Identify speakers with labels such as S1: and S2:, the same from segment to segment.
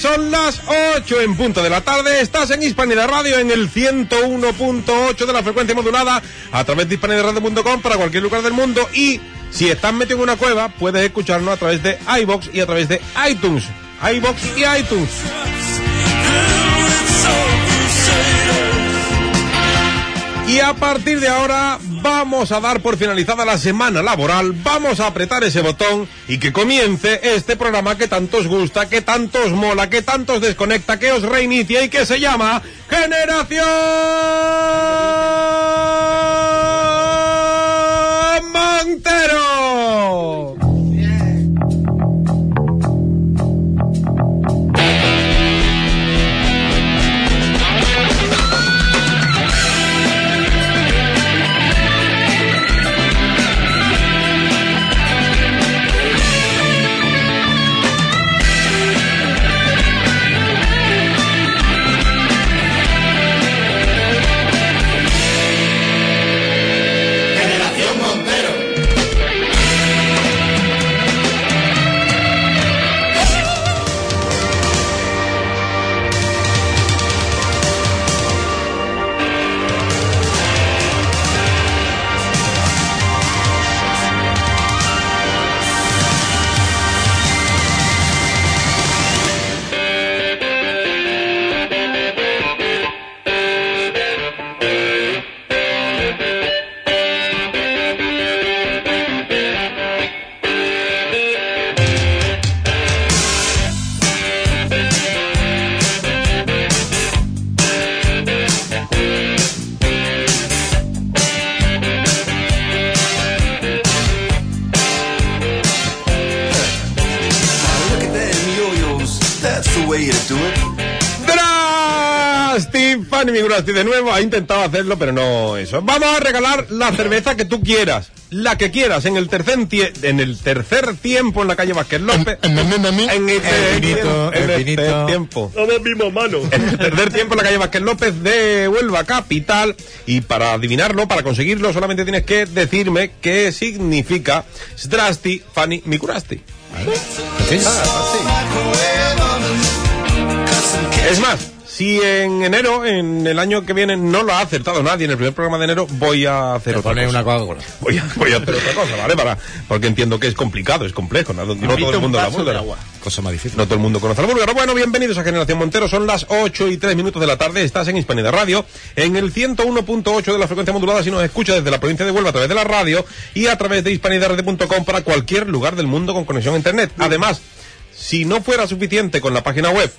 S1: Son las 8 en punto de la tarde. Estás en Hispanidad Radio en el 101.8 de la frecuencia modulada a través de hispanidadradio.com para cualquier lugar del mundo. Y si estás metido en una cueva, puedes escucharnos a través de iBox y a través de iTunes. iBox y iTunes. Y a partir de ahora vamos a dar por finalizada la semana laboral, vamos a apretar ese botón y que comience este programa que tanto os gusta, que tanto os mola, que tanto os desconecta, que os reinicia y que se llama Generación Montero.
S2: Generación Montero.
S3: Now look at them yo-yos. That's the way to do it.
S1: Drasti, Fanny Migurasti de nuevo ha intentado hacerlo, pero no eso. Vamos a regalar la cerveza que tú quieras, la que quieras, en el tercer, tie- en el tercer tiempo en la calle Vázquez López.
S4: En- en- en- en- en-
S1: En el tercer tiempo.
S5: vinito,
S1: En
S5: el
S1: el tercer
S5: vinito.
S1: tiempo.
S6: Todos mismos manos.
S1: En el tercer tiempo en la calle Vázquez López de Huelva Capital. Y para adivinarlo, para conseguirlo, solamente tienes que decirme qué significa Drasti, Fanny Migurasti. Ah, Es más, si en enero, en el año que viene, no lo ha acertado nadie en el primer programa de enero, voy a hacer otra
S5: Poner
S1: cosa.
S5: una Coca-Cola.
S1: Voy, a, voy a hacer otra cosa, ¿vale? Para, porque entiendo que es complicado, es complejo. No, No todo el mundo la búlgara.
S5: Cosa más difícil.
S1: No todo el mundo conoce al búlgaro. Bueno, bienvenidos a Generación Montero. Son las 8 y 3 minutos de la tarde. Estás en Hispanidad Radio, en el 101.8 de la frecuencia modulada. Si nos escuchas desde la provincia de Huelva a través de la radio y a través de hispanidadradio.com para cualquier lugar del mundo con conexión a Internet. Además, si no fuera suficiente con la página web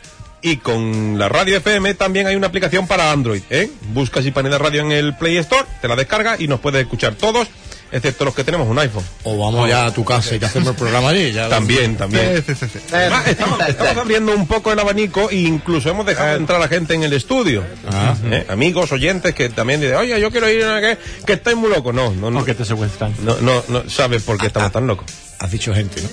S1: y con la radio FM, también hay una aplicación para Android. ¿eh? Buscas Hispanidad Radio en el Play Store, te la descargas y nos puedes escuchar todos, excepto los que tenemos un iPhone.
S5: O vamos ya a tu casa y te hacemos el programa allí. Ya
S1: También, también.
S4: Sí, sí, sí, sí.
S1: Además, estamos, estamos abriendo un poco el abanico e incluso hemos dejado
S4: Eh.
S1: entrar a gente en el estudio.
S4: Ah.
S1: Eh, Amigos, oyentes que también dicen, oye, yo quiero ir a que, que estáis muy locos. No, no, no.
S7: Porque te secuestran.
S1: No, no, no sabes por qué
S4: Ah,
S1: estamos tan locos.
S5: Has dicho gente, ¿no?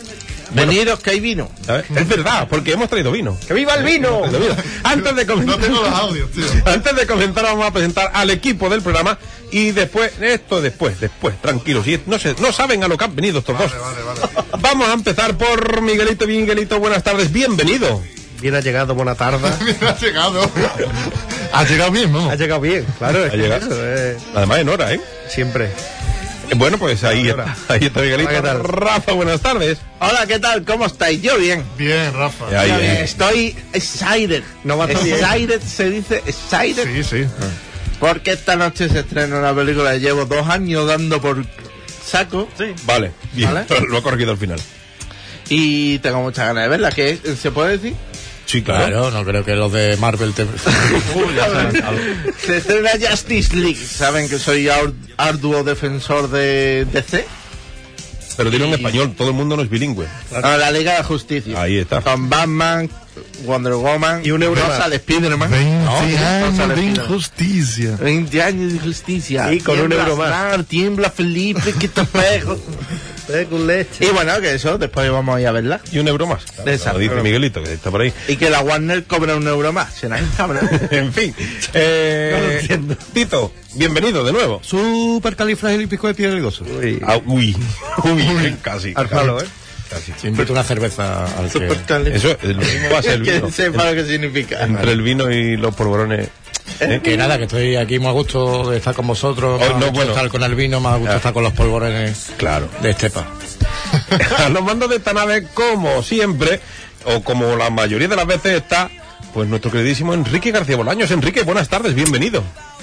S7: Venidos que hay vino.
S1: ¿sabes? Es verdad, porque hemos traído vino.
S7: ¡Que viva el vino!
S1: Hemos traído vino. Antes de
S4: No
S1: comenzar,
S4: tengo los audios, tío.
S1: antes de comenzar vamos a presentar al equipo del programa y después, esto después, después, tranquilos. Y no, se, no saben a lo que han venido estos dos.
S4: Vale, vale.
S1: Vamos a empezar por Miguelito. Miguelito, buenas tardes, bienvenido.
S7: Bien ha llegado, buena tarde.
S4: Mira, ha llegado. Ha llegado bien,
S7: Ha
S4: vamos.
S7: llegado bien, claro. es
S1: Ha
S7: que
S1: llegado.
S7: eso, eh,
S1: Además, en hora, ¿eh?
S7: siempre.
S1: Eh, Bueno, pues ahí está, ahí está Miguelito.
S7: Hola, ¿qué tal?
S1: Rafa, buenas tardes.
S7: Hola, ¿qué tal? ¿Cómo estáis? Yo bien.
S4: Bien, Rafa.
S1: Ahí, ahí.
S7: Estoy excited.
S8: No va a estar bien.
S7: excited se dice excited.
S4: Sí, sí.
S8: Porque esta noche se estrena una película, llevo dos años dando por saco
S1: Vale, bien.
S8: Vale.
S1: Lo ha corregido al final.
S8: y tengo muchas ganas de verla, que se puede decir.
S1: Sí, claro.
S5: Claro, no creo que los de Marvel te.
S8: Se estrena Justice League, saben que soy ar- arduo defensor de DC,
S1: Pero dilo en español, todo el mundo no es bilingüe.
S8: a la Liga de la Justicia.
S1: Ahí está.
S8: Con Batman, Wonder Woman
S7: Y un euro
S8: Rosa
S7: más.
S8: de Spiderman.
S4: 20
S8: no
S4: años
S8: sale
S4: de
S8: final.
S4: injusticia.
S8: 20 años de justicia.
S7: Y con un
S8: Tiembla
S7: euro más.
S8: Aznar, tiembla Felipe, que te pego.
S7: Eh, con leche.
S8: y bueno, que eso, después vamos a ir a verla.
S1: Y un euro más. Como
S8: Exacto.
S1: dice Miguelito, que está por ahí.
S8: Y que la Warner cobra un euro más. Será cabrón.
S1: En fin. eh, Tito, bienvenido de nuevo.
S5: Super califragilístico de piedra y
S1: Ah, uy, uy, casi.
S7: Al palo, ¿eh?
S5: Te invito una cerveza al que...
S1: Eso, eh, lo mismo va a ser el
S8: Que
S1: vino.
S8: sepa lo que significa.
S1: Entre el vino y los polvorones. ¿eh?
S5: Que nada, que estoy aquí muy a gusto de estar con vosotros, más
S1: Oh,
S5: a
S1: no,
S5: gusto
S1: bueno.
S5: estar con el vino, más a gusto
S1: Ah.
S5: estar con los polvorones
S1: Claro.
S5: de Estepa.
S1: a los mandos de esta nave, como siempre, o como la mayoría de las veces está, pues nuestro queridísimo Enrique García Bolaños. Enrique, buenas tardes, bienvenido.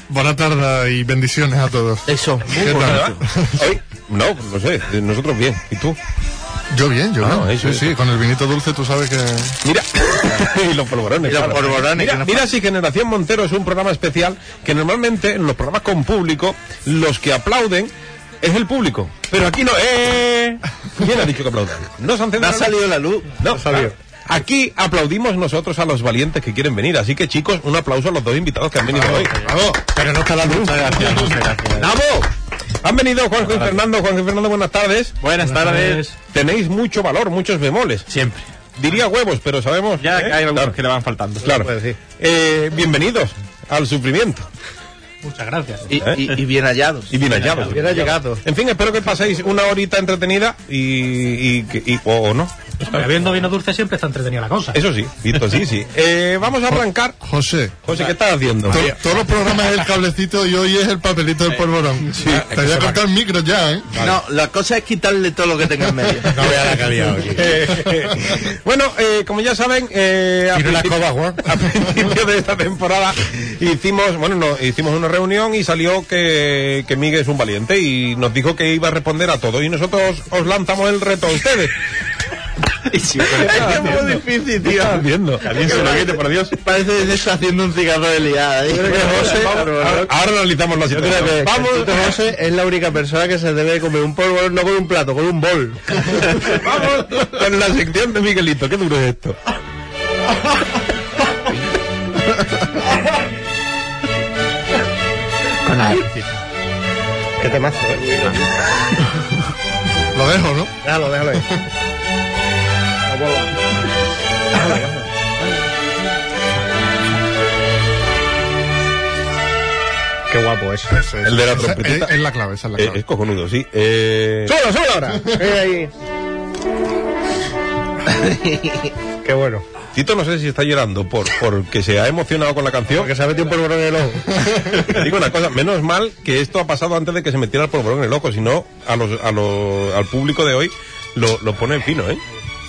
S4: Buenas tardes y bendiciones a todos.
S1: Eso.
S4: ¿Qué tal?
S1: Hoy, no, no sé, nosotros bien. ¿Y tú?
S4: Yo bien, yo
S1: Ah,
S4: bien.
S1: eso,
S4: sí, sí, con el vinito dulce tú sabes que...
S1: Mira, y los polvorones.
S8: Y los
S1: claro.
S8: polvorones,
S1: Mira,
S8: que no
S1: mira si Generación Montero es un programa especial que normalmente en los programas con público, los que aplauden es el público. Pero aquí no. ¡Eh! ¿Quién ha dicho que aplaudan? No se han
S8: No ha salido la luz.
S1: No, ah, Aquí aplaudimos nosotros a los valientes que quieren venir. Así que, chicos, un aplauso a los dos invitados que han venido hoy. ¡Bravo!
S5: Pero no está la luz.
S1: ¡Bravo! Han venido Juanjo y Fernando. Juanjo y Fernando, buenas tardes.
S6: Buenas tardes.
S1: Tenéis mucho valor, muchos bemoles.
S6: Siempre.
S1: Diría huevos, pero sabemos.
S6: Ya
S1: ¿eh?
S6: hay algunos
S1: Claro.
S6: que le van faltando.
S1: Claro. Eh, bienvenidos al sufrimiento.
S6: Muchas gracias.
S8: Y, y- y bien hallados.
S1: Y bien hallados.
S7: Hubiera llegado.
S1: En fin, espero que paséis una horita entretenida y. y, que- y- o, o no.
S6: Habiendo vino dulce siempre está entretenida la cosa.
S1: Eso sí, visto sí, sí. Eh, vamos a arrancar.
S4: José,
S1: José, ¿qué estás haciendo?
S4: to- todos los programas es el cablecito y hoy es el papelito del polvorón. Sí, te voy a cortar el micro ya, ¿eh?
S8: No, la cosa es quitarle todo lo que tenga en medio.
S5: No vea la calidad aquí.
S4: Eh,
S1: bueno, eh, como ya saben, eh, a,
S5: Tiene una
S1: principi-
S5: escoba, Juan.
S1: a principio de esta temporada hicimos, bueno, no, hicimos una reunión y salió que, que Miguel es un valiente y nos dijo que iba a responder a todo y nosotros os lanzamos el reto a ustedes.
S8: es muy difícil, tío.
S1: Viendo, por Dios.
S8: Parece que se está haciendo un cigarro de liada. ¿eh?
S1: Ahora, ahora analizamos la situación. Vamos,
S7: José es la única persona que se debe comer un polvorón, no con un plato, con un bol.
S1: vamos con la sección de Miguelito. Qué duro es esto.
S7: ¿Qué te ¿eh?
S4: Lo dejo, ¿no?
S7: Déjalo, déjalo ahí. Qué guapo es.
S1: El de la
S4: Esa-
S1: trompetita.
S4: Es, es la clave, esa es la
S1: Eh,
S4: clave.
S1: es cojonudo, sí. Eh,
S7: ¡Solo, solo ahora! Qué bueno.
S1: Tito no sé si está llorando por porque se ha emocionado con la canción.
S7: Porque se ha metido un polvorón en el ojo.
S1: Te digo una cosa, menos mal que esto ha pasado antes de que se metiera el polvorón en el ojo, si no, a los, a los- al público de hoy lo, lo ponen fino, ¿eh?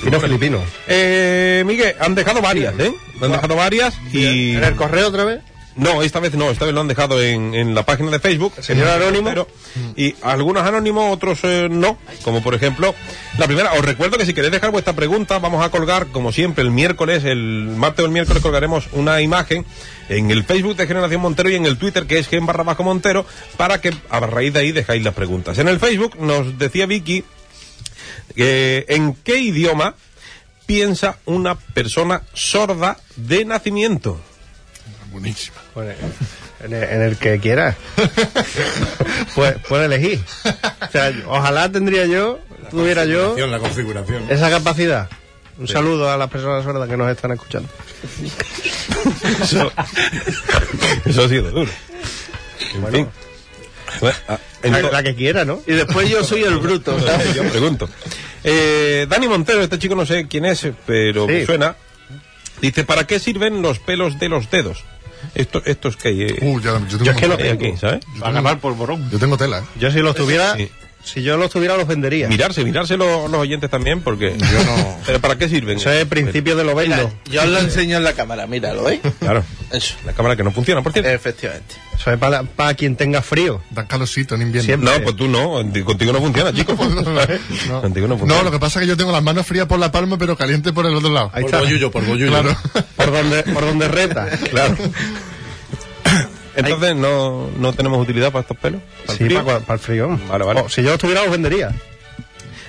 S7: Fino filipino.
S1: Eh, Miguel, han dejado varias, ¿eh? Han dejado varias y...
S7: ¿En el correo otra vez?
S1: No, esta vez no, esta vez lo han dejado en, en la página de Facebook. Señor Anónimo. Mm. y algunos anónimos, otros eh, no. Como por ejemplo, la primera, os recuerdo que si queréis dejar vuestra pregunta, vamos a colgar, como siempre, el miércoles, el martes o el miércoles colgaremos una imagen en el Facebook de Generación Montero y en el Twitter que es Gen barra bajo Montero, para que a raíz de ahí dejáis las preguntas. En el Facebook nos decía Vicky eh, ¿En qué idioma piensa una persona sorda de nacimiento?
S4: Buenísima.
S7: En el, en el que quieras. pues, puedes elegir. O sea, ojalá tendría yo, tuviera yo,
S5: La configuración.
S7: esa capacidad. Un saludo a las personas sordas que nos están escuchando.
S1: Eso, eso ha sido duro. En fin. Bueno, ah,
S7: La,
S1: ento-
S7: la que quiera, ¿no?
S8: Y después yo soy el bruto. ¿sabes?
S1: yo pregunto. Eh, Dani Montero, este chico no sé quién es, pero me
S7: Sí.
S1: suena. Dice, ¿para qué sirven los pelos de los dedos? Esto, estos que hay, eh,
S4: Uh, ya, yo tengo,
S7: Yo es que lo-
S1: hay aquí, ¿sabes?
S6: Va a agarrar polvorón.
S4: yo tengo tela, ¿eh?
S7: Yo si los tuviera,
S1: Sí.
S7: si yo los tuviera los vendería.
S1: Mirarse, mirarse lo- los oyentes también, porque...
S4: no.
S1: ¿Pero para qué sirven?
S7: Eso es el principio de lo
S8: Mira,
S7: vendo.
S8: yo os lo enseño en la cámara, míralo, ¿eh?
S1: Claro,
S8: Eso.
S1: la cámara que no funciona, por cierto.
S7: Eh,
S8: Efectivamente.
S7: Eso es para, para quien tenga frío.
S4: Dan calorcito en invierno.
S7: Siempre.
S1: No, pues tú no, anti- contigo no funciona, chico.
S4: No.
S1: Contigo no
S4: No,
S1: funciona.
S4: lo que pasa es que yo tengo las manos frías por la palma, pero caliente por el otro lado.
S7: Ahí
S5: Por
S7: está.
S5: bollullo, por bollullo.
S4: Claro.
S7: Por donde, por donde reta.
S1: Claro. Entonces no, no tenemos utilidad para estos pelos. ¿Para el
S7: Sí,
S1: frío? Oh,
S7: para, para el frío.
S1: Vale, vale.
S7: O, si yo los tuviera los vendería.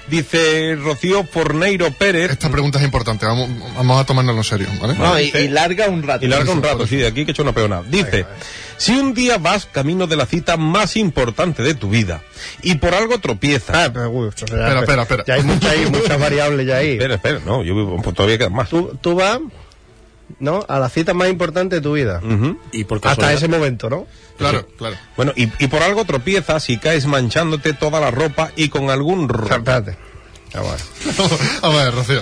S1: Dice Rocío Forneiro Pérez.
S4: Esta pregunta es importante, vamos, vamos a tomárnoslo en serio, ¿vale?
S8: No, y, y larga un rato.
S1: Y larga un rato, sí, de aquí que he hecho una peonada. Dice, si un día vas camino de la cita más importante de tu vida y por algo tropiezas...
S7: Ah, pero, uy, esto ya-
S4: Espera, espera, espera.
S7: Ya hay muchas, ahí, muchas variables ya ahí.
S1: Espera, espera, no, yo pues, todavía quedan más.
S7: Tú, tú vas, ¿no? A la cita más importante de tu vida.
S1: Ujú.
S5: Y por casualidad,
S7: Hasta ese momento, ¿no?
S4: Claro, claro.
S1: Bueno, y, y por algo tropiezas y caes manchándote toda la ropa y con algún... ro- Ah,
S7: Espérate.
S4: A ver, Rocío.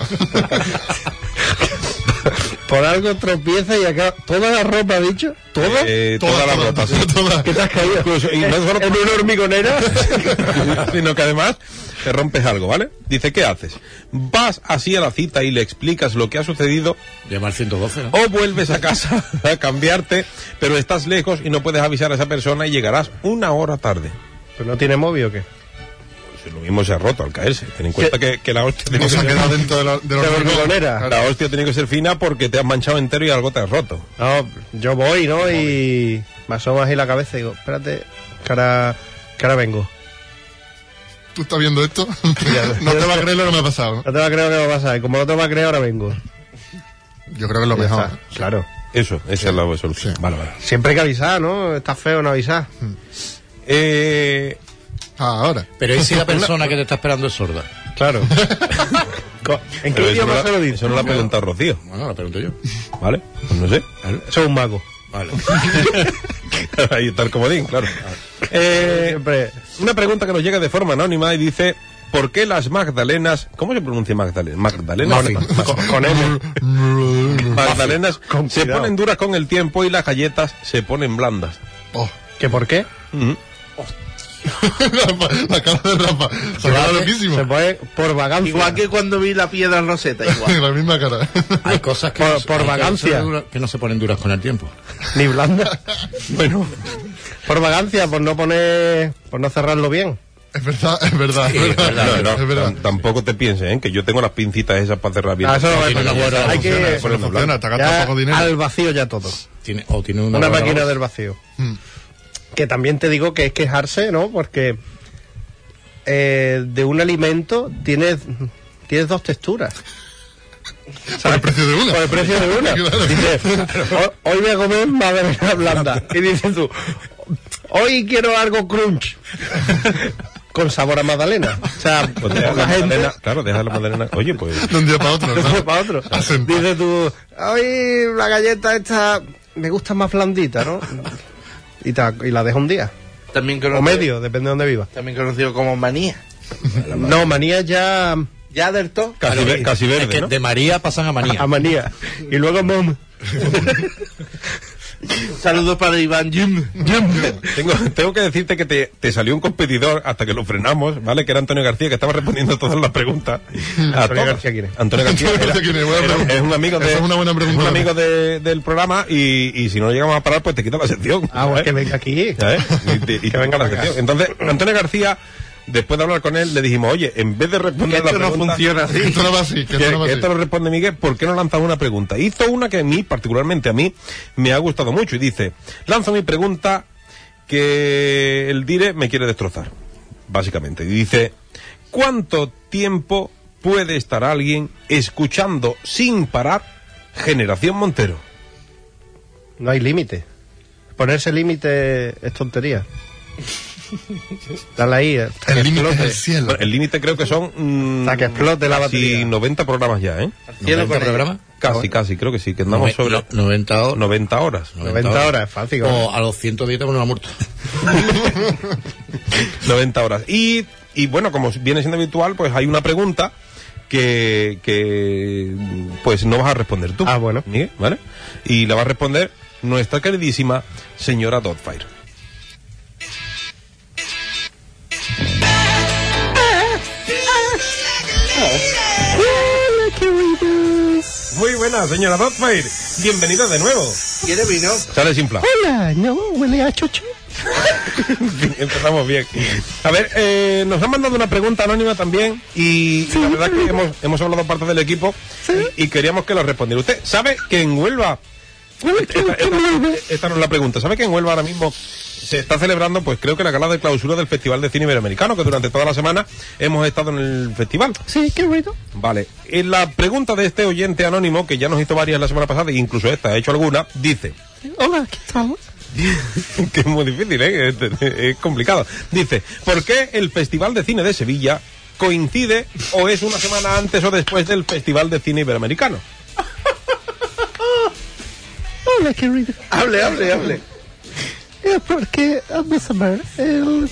S7: Por algo tropieza y acá. ¿Toda la ropa, ha dicho? ¿Toda?
S1: Eh, toda la ropa. sí.
S4: toda.
S7: ¿Qué te has caído?
S1: Incluso- y no solo
S7: ¿En una hormigonera?
S1: sino que además te rompes algo, ¿vale? Dice, ¿qué haces? ¿Vas así a la cita y le explicas lo que ha sucedido
S5: Llama al 112, ¿no?
S1: o vuelves a casa a cambiarte, pero estás lejos y no puedes avisar a esa persona y llegarás una hora tarde?
S7: ¿Pero no tiene móvil o qué?
S1: Pues lo mismo se ha roto al caerse. Ten en cuenta que, que la hostia tiene
S4: No
S1: que
S4: se han
S1: ser...
S4: quedado dentro de la, de la
S7: ¿De la
S4: hormigón.
S7: hormigonera?
S1: La hostia tiene que ser fina porque te has manchado entero y algo te has roto.
S7: No, yo voy, ¿no? Y me asomo así la cabeza y digo, espérate, que ahora, que ahora vengo.
S4: ¿Tú estás viendo esto? no te vas a creer lo que me ha pasado.
S7: No te va a creer lo que va a pasar. Y como no te va a creer, ahora vengo.
S4: Yo creo que es lo
S7: Ya
S4: mejor.
S7: está, claro.
S1: Eso, esa es la solución. Vale, vale.
S7: Siempre hay que avisar, ¿no? Está feo no avisar.
S1: Eh,
S4: Ah, Ahora.
S5: Pero ¿y si la persona que te está esperando es sorda?
S7: Claro. Co- ¿En
S1: pero
S7: qué
S1: eso no,
S7: idioma se
S1: la,
S7: lo dice?
S1: eso no lo ha preguntado Rocío,
S5: Bueno, la pregunto yo.
S1: ¿vale? Pues no sé.
S7: Soy un mago.
S5: Vale.
S1: Ahí está el comodín, claro.
S7: Eh, siempre.
S1: Una pregunta que nos llega de forma anónima y dice, ¿por qué las Magdalenas, ¿cómo se pronuncia Magdalena? Magdalena.
S4: Con, él.
S1: Magdalenas
S7: Con
S1: se
S7: cuidado.
S1: ponen duras con el tiempo y las galletas se ponen blandas.
S4: Oh.
S7: ¿Que por qué?
S1: Mm.
S4: la, la cara de Rafa. Se ha quedado loquísimo.
S7: Se puede por vagancia.
S8: Igual que cuando vi la piedra roseta, igual.
S4: la misma cara.
S5: Hay cosas que,
S7: Por-
S5: no se-
S7: por
S5: hay cosas
S7: vagancia.
S5: dura- que no se ponen duras con el tiempo.
S7: Ni blanda. bueno. Por vagancia, por no poner. por no cerrarlo bien.
S4: es verdad, es verdad.
S5: Sí,
S4: es verdad.
S1: No, no,
S4: es verdad.
S1: tam- tampoco te pienses, ¿eh? que yo tengo las pincitas esas para cerrar bien.
S7: Ah, eso no
S5: no
S7: vale
S5: tiene
S7: para
S5: una
S7: nada.
S5: buena
S7: Hay que.
S4: Eso no funciona, te ha gastado
S7: ya
S4: poco dinero.
S7: al vacío ya todo.
S5: Tiene, o tiene una,
S7: Una
S5: buena
S7: máquina
S5: voz.
S7: del vacío.
S4: Mm.
S7: Que también te digo que es quejarse, ¿no? Porque eh, de un alimento tienes, tienes dos texturas.
S4: Por el precio de una.
S7: Por el precio de una.
S4: Claro.
S7: Dices, "Ho- hoy voy a comer madera blanda. Y dices tú, hoy quiero algo crunch. Con sabor a magdalena. O sea,
S1: Pues deja
S7: poca
S1: la
S7: gente-
S1: magdalena- claro, deja la magdalena. Oye, pues...
S4: De un día para otro. ¿no?
S7: para otro.
S4: Asentado.
S7: Dices tú, hoy la galleta esta me gusta más blandita, ¿no? Y, ta- y la dejo un día.
S8: También conocido,
S7: O medio, depende de dónde viva.
S8: También conocido como manía.
S7: No, manía ya
S8: Ya del todo.
S1: Casi, ve- casi
S5: Es
S1: verde,
S5: que
S1: ¿no?
S5: de María ¿Este pasan a
S7: a
S5: Manía.
S7: manía. Y luego mom.
S8: Saludos para Iván Jim.
S1: Tengo, tengo que decirte que te, te salió un competidor hasta que lo frenamos, ¿vale? Que era Antonio García, que estaba respondiendo todas las preguntas. A
S7: Antonio
S1: todas.
S7: García, ¿quién es?
S1: Antonio García
S4: Antonio
S1: era-
S4: García, ¿quién es? Buena
S1: era-
S4: pregunta.
S1: es un amigo, de,
S4: Esa es una buena pregunta.
S1: un amigo de- del programa y, y si no llegamos a parar, pues te quita la sección.
S7: Ah, pues que venga aquí.
S1: ¿sabes? Y, te- y te venga la sección. Entonces, Antonio García, después de hablar con él, le dijimos, oye, en vez de
S8: Que
S1: responder la
S8: esto no
S1: pregunta...
S8: funciona así.
S4: Que esto no va así.
S1: Que,
S4: Que esto no va
S1: que
S4: así.
S1: esto lo responde Miguel, ¿por qué no lanzaba una pregunta? Hizo una que a mí, particularmente a mí, me ha gustado mucho y dice, lanzo mi pregunta que el dire me quiere destrozar, básicamente. Y dice, ¿cuánto tiempo puede estar alguien escuchando sin parar Generación Montero?
S7: No hay límite. Ponerse límite es tontería. Dale ahí. eh. hasta que
S4: El límite es
S7: explote.
S4: el cielo.
S1: El límite creo que son... mm,
S7: Hasta que explote la
S1: casi
S7: batería.
S1: 90 programas ya, ¿eh?
S8: Cielo con
S5: ¿90
S8: ella.
S5: programa?
S1: Casi, casi, creo que sí, que andamos
S5: Noven-
S1: sobre
S5: no- 90 o-
S1: 90 horas.
S7: 90 horas, es fácil.
S4: Oh.
S7: ¿no?
S5: O a los 110 te ponen la muerto.
S1: 90 horas. Y, y bueno, como viene siendo habitual, pues hay una pregunta que, que pues no vas a responder tú.
S7: Ah, bueno.
S1: Miguel, ¿vale? Y la va a responder nuestra queridísima señora Dotfire. Muy buena, señora Dotfire. Bienvenida de nuevo.
S8: ¿Quiere vino?
S1: Sale sin plan.
S7: Hola, no, huele a chocho.
S1: Bien, Empezamos bien. A ver, eh, nos han mandado una pregunta anónima también y la verdad es que hemos, hemos hablado parte del equipo y, y queríamos que lo respondiera. Usted sabe que en Huelva, esta, esta- esta no es la pregunta, sabe que en Huelva ahora mismo se está celebrando, pues creo que la gala de clausura del Festival de Cine Iberoamericano, que durante toda la semana hemos estado en el festival.
S7: Sí, qué bonito.
S1: Vale, en la pregunta de este oyente anónimo, que ya nos hizo varias la semana pasada e incluso esta, ha hecho alguna, dice...
S7: Hola, ¿qué tal?
S1: que es muy difícil, ¿eh? Es, es complicado. Dice, ¿por qué el Festival de Cine de Sevilla coincide o es una semana antes o después del Festival de Cine Iberoamericano?
S7: Hola, qué rico.
S8: Hable, hable, hable.
S7: Es porque, vamos a ver, el...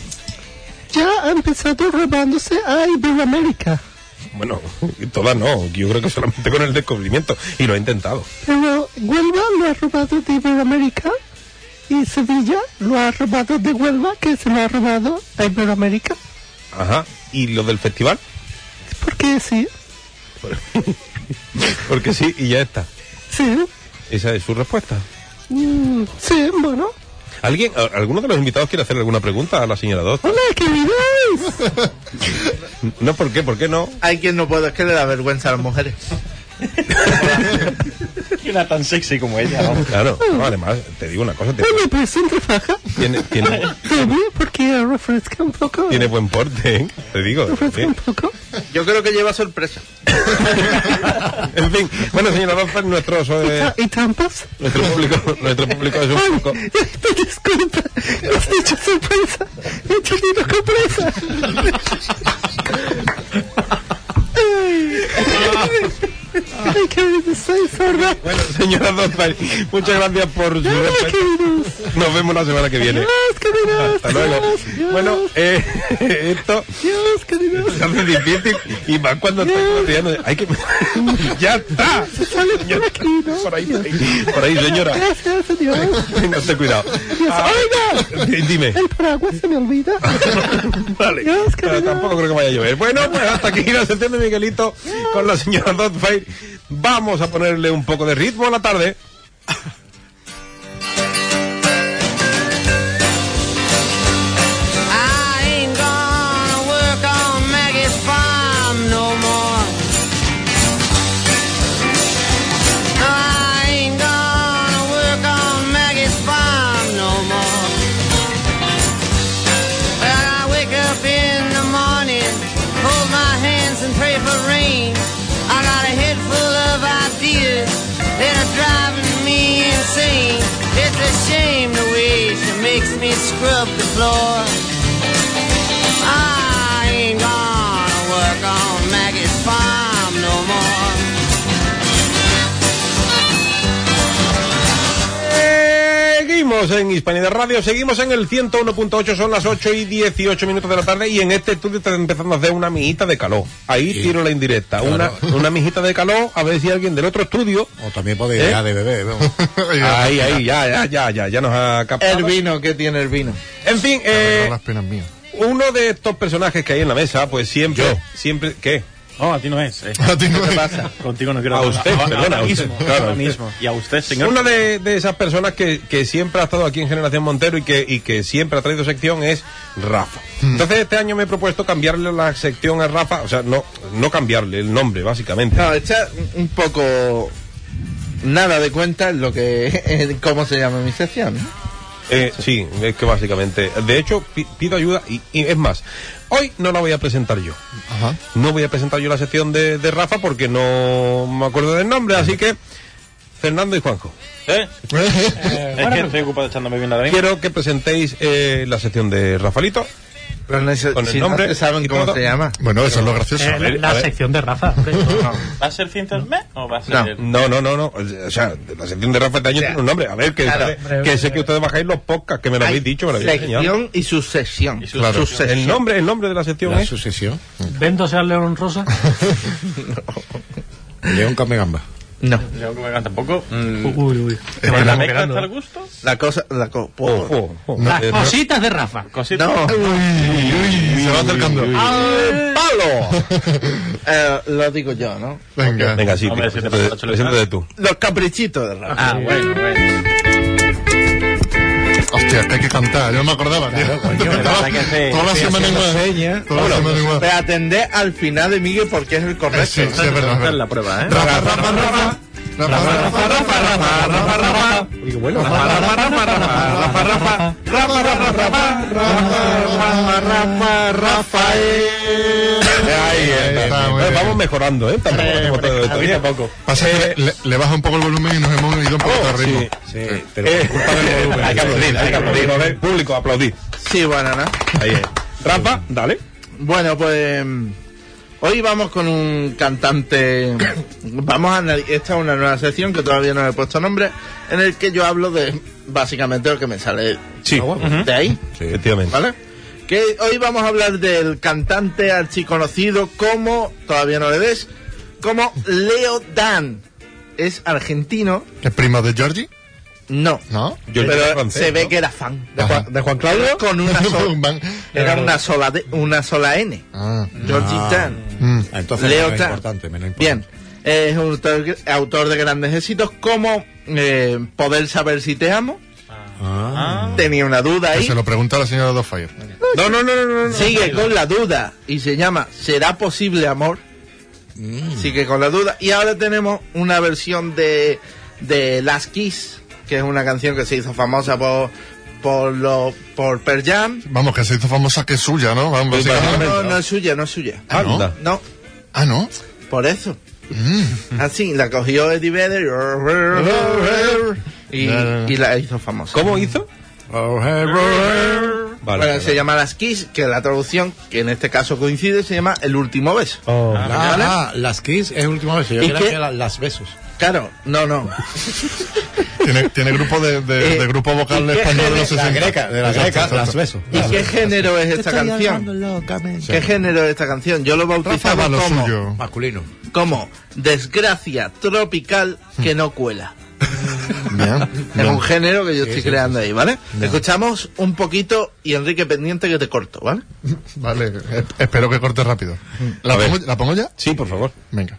S7: ya ha empezado robándose a Iberoamérica.
S1: Bueno, todas no. Yo creo que solamente con el descubrimiento. Y lo he intentado.
S9: Pero Huelva lo ha robado de Iberoamérica y Sevilla lo ha robado de Huelva, que se lo ha robado a Iberoamérica.
S1: Ajá. ¿Y lo del festival?
S9: Porque sí,
S1: Porque sí, y ya está.
S9: sí,
S1: Esa es su respuesta.
S9: mm, sí, bueno.
S1: ¿Alguien, a- ¿Alguno de los invitados quiere hacer alguna pregunta a la señora Dos?
S9: ¡Hola, queridos!
S1: No, ¿por qué? ¿Por qué no?
S8: Hay quien no puede, es que le da vergüenza a las mujeres.
S10: Que era tan sexy como ella, vamos.
S1: Claro, no, además, te digo una cosa, te-
S9: Hoy me presento faja.
S1: tiene, tiene,
S9: Bebé, porque refresca un poco.
S1: tiene buen porte, ¿eh? te digo.
S9: Refresca un
S1: bien.
S9: poco.
S8: Yo creo que lleva sorpresa.
S1: En fin, bueno, señora Dos, nuestro, eh,
S9: Ta- ¿Y trampas?
S1: nuestro, público, nuestro público es
S9: Ay,
S1: un poco...
S9: te disculpa, has dicho sorpresa, he tenido compresa. Ay, queridos, soy sorda.
S1: Bueno, señora Dos, muchas gracias por su
S9: Hola,
S1: respuesta.
S9: queridos.
S1: Nos vemos la semana que viene.
S9: Adiós, queridos.
S1: Hasta luego.
S9: Adiós, adiós,
S1: Bueno, eh, esto...
S9: adiós, queridos.
S1: Se hace difícil y más cuando está corriendo. Hay que. ¡Ya está!
S9: Sale por aquí, ¿no?
S1: Por ahí, por ahí, por ahí, señora.
S9: Gracias, adiós.
S1: Venga, ten cuidado. Ah, di- Dime.
S9: El paraguas se me olvida.
S1: Vale.
S9: Dios, qué
S1: Pero
S9: bien.
S1: Ah, tampoco creo que vaya a llover. Bueno, pues hasta aquí la sección de Miguelito con la señora Dotfire. Vamos a ponerle un poco de ritmo a la tarde.
S2: I ain't gonna work on Maggie's farm no more. No, I ain't gonna work on Maggie's farm no more. Well, I wake up in the morning, hold my hands and pray for rain. I got a head full of ideas that are driving me insane. It's a shame the way she makes me scrub the floor. I ain't gonna work on Maggie's farm no more.
S1: Seguimos en Hispanidad Radio, seguimos en el 101.8, son las 8 y 18 minutos de la tarde y en este estudio está empezando a hacer una mijita de calor. Ahí tiro la indirecta, una, una mijita de calor, a ver si alguien del otro estudio...
S5: O también podéis ir
S1: ¿Eh?
S5: a de bebé, vamos.
S1: Ahí, ahí, ya, ya, ya, ya, ya nos ha
S8: El
S1: captado.
S8: vino, ¿qué tiene el vino?
S1: En fin,
S4: Son
S1: eh,
S4: las penas mías.
S1: uno de estos personajes que hay en la mesa, pues siempre, siempre, ¿qué?
S10: No, a ti no es. eh.
S4: A ti no-
S10: Contigo no quiero
S1: A
S10: hablar.
S1: usted,
S10: Ahora-
S1: perdona, a
S10: ahora
S1: usted.
S10: mismo,
S1: Claro, a
S10: ahora
S1: usted.
S10: mismo. Y a usted, señor.
S1: Una de, de esas personas que, que siempre ha estado aquí en Generación Montero y que, y que siempre ha traído sección es Rafa.
S10: Hmm.
S1: Entonces este año me he propuesto cambiarle la sección a Rafa, o sea, no, no cambiarle el nombre, básicamente.
S10: Ah.
S8: No, echa un poco nada de cuenta en lo que en cómo se llama mi sección. ¿no?
S1: Eh, sí, es que básicamente. De hecho, pi- pido ayuda y, y es más, hoy no la voy a presentar yo.
S4: Ajá.
S1: No voy a presentar yo la sección de, de Rafa porque no me acuerdo del nombre, así que Fernando y Juanjo.
S10: ¿Eh?
S6: Eh,
S10: Es que estoy ocupado echándome bien la de mí.
S1: Quiero que presentéis eh, la sección de Rafalito.
S8: Pero no, se-
S1: Con el
S8: si
S1: nombre
S8: no se saben
S1: y
S8: cómo
S1: todo.
S8: se llama.
S4: Bueno, eso es lo gracioso.
S6: Eh, la-
S1: a
S6: la
S1: ver.
S6: sección de Rafa. hombre.
S10: ¿Va a ser Cinterme o va a ser.?
S8: No.
S10: el-
S1: No, no, no, no. O sea, la sección de Rafa este año tiene un nombre. A ver, que,
S8: Claro.
S1: sale- que sé que ustedes bajáis los podcasts, que me lo habéis dicho, me lo habéis enseñado.
S8: Sección y su sección.
S10: Y su
S8: Su
S10: sección.
S1: El
S8: sección.
S1: nombre, el nombre de la sección
S5: La
S1: es.
S5: sucesión.
S6: Véndose al León Rosa.
S5: León Camegamba.
S8: No.
S10: Yo creo que tampoco. Mm,
S6: Uy, uy.
S1: Eh,
S10: ¿La mezcla está al gusto?
S8: La cosa. La co-
S1: Oh, oh, oh.
S6: Las
S1: Eh,
S6: cositas de Rafa.
S10: Cosita.
S8: No.
S4: Se va acercando.
S8: Eh, lo digo yo, ¿no?
S4: Venga.
S1: Venga, sí,
S10: Hombre,
S1: tío,
S10: si te pasa la
S1: preséntate
S10: chuleta.
S1: preséntate tú.
S8: Los caprichitos de Rafa.
S10: Ah, bueno, bueno.
S4: Hostia, que hay que cantar. Yo no me acordaba, tío.
S10: coño, la verdad que sí.
S4: Toda la
S10: Estoy
S4: semana
S10: haciendo
S4: igual.
S10: señas.
S4: Toda la semana igual.
S8: Pero pues, atendé al final de Miguel porque es el
S4: Eh,
S8: correcto.
S4: Sí, sí, es verdad. es
S10: Esta es
S4: verdad.
S10: la prueba, ¿eh?
S4: Rafa, Rafa, Rafa. Rafa, Rafa, Rafa.
S1: Ahí está.
S4: está, muy
S1: Eh,
S4: bien.
S1: Vamos mejorando, ¿eh? Tampoco hacemos todo esto. Oye,
S4: Pasa que le, le baja un poco el volumen y nos hemos ido un poco al ritmo.
S1: Oh, Sí, pero culpa del volumen. hay que aplaudir, hay que aplaudir. A ver, público, aplaudir.
S8: Sí, bueno, ¿no?
S1: Ahí es. Rafa, dale.
S8: Bueno, pues mm, hoy vamos con un cantante. Vamos a analizar. Esta es una nueva sección que todavía no le he puesto nombre, en el que yo hablo de básicamente lo que me sale
S1: Sí,
S8: de ahí,
S1: efectivamente.
S8: ¿vale? Que hoy vamos a hablar del cantante archiconocido como, todavía no le des, como Leo Dan. Es argentino.
S4: ¿Es primo de Georgie?
S8: No.
S4: ¿No?
S8: pero se ve que era fan.
S4: ¿De Juan-
S8: de Juan Claudio? Con una sola,
S4: Van-
S8: era una sola, de- una sola N.
S4: Ah.
S8: Georgie Tan.
S4: Mm.
S5: Entonces,
S8: Leo
S5: menos
S8: Tan.
S5: importante, menos importante.
S8: Bien, es un autor, autor de grandes éxitos como eh, Poder saber si te amo. Tenía una duda
S4: Que
S8: ahí.
S4: se lo pregunta a la señora Dofire.
S1: No, no, no, no, no, no.
S8: Sigue con la duda y se llama ¿Será posible amor?
S1: Mm.
S8: Sigue con la duda. Y ahora tenemos una versión de, de Last Kiss, que es una canción que se hizo famosa por, por, lo, por Pearl Jam.
S4: Vamos, que se hizo famosa que es suya, ¿no? Vamos,
S8: No,
S4: básicamente.
S8: no, no es suya, no es suya.
S4: Ah, ¿no?
S1: Anda.
S8: No,
S4: Ah, ¿no?
S8: por eso.
S4: Mm.
S8: Así, la cogió Eddie Vedder y, y la hizo famosa.
S1: ¿Cómo hizo? Oh, Vale,
S8: Bueno,
S1: vale.
S8: se llama Las Kiss, que la traducción, que en este caso coincide, se llama El último beso.
S1: Oh.
S7: Oh,
S5: Ah, ah, las Kiss es última vez. Yo
S8: ¿Y
S5: creía
S8: qué?
S5: que eran las besos.
S8: Claro, no, no.
S4: Tiene, tiene grupo de, de-
S8: Eh,
S4: de grupo vocal
S8: ¿y qué
S4: español de los
S5: De la
S4: 60.
S5: greca, de la
S4: Exacto,
S5: greca,
S4: exacto.
S5: las besos.
S8: ¿Y qué género es esta canción?
S5: Sí.
S8: ¿Qué género es esta canción? Yo lo
S4: Rafa va
S8: bautizaba
S4: lo
S8: como,
S4: suyo.
S5: Masculino.
S8: como Desgracia Tropical
S4: Hmm.
S8: que no cuela.
S4: Bien.
S8: Es
S4: bien.
S8: un género que yo estoy creando ahí, ¿vale? Escuchamos un poquito y Enrique pendiente que te corto, ¿vale?
S4: Vale, e- espero que corte rápido. ¿La,
S1: A ver.
S4: pongo, ¿La pongo ya?
S1: Sí, por favor.
S4: Venga.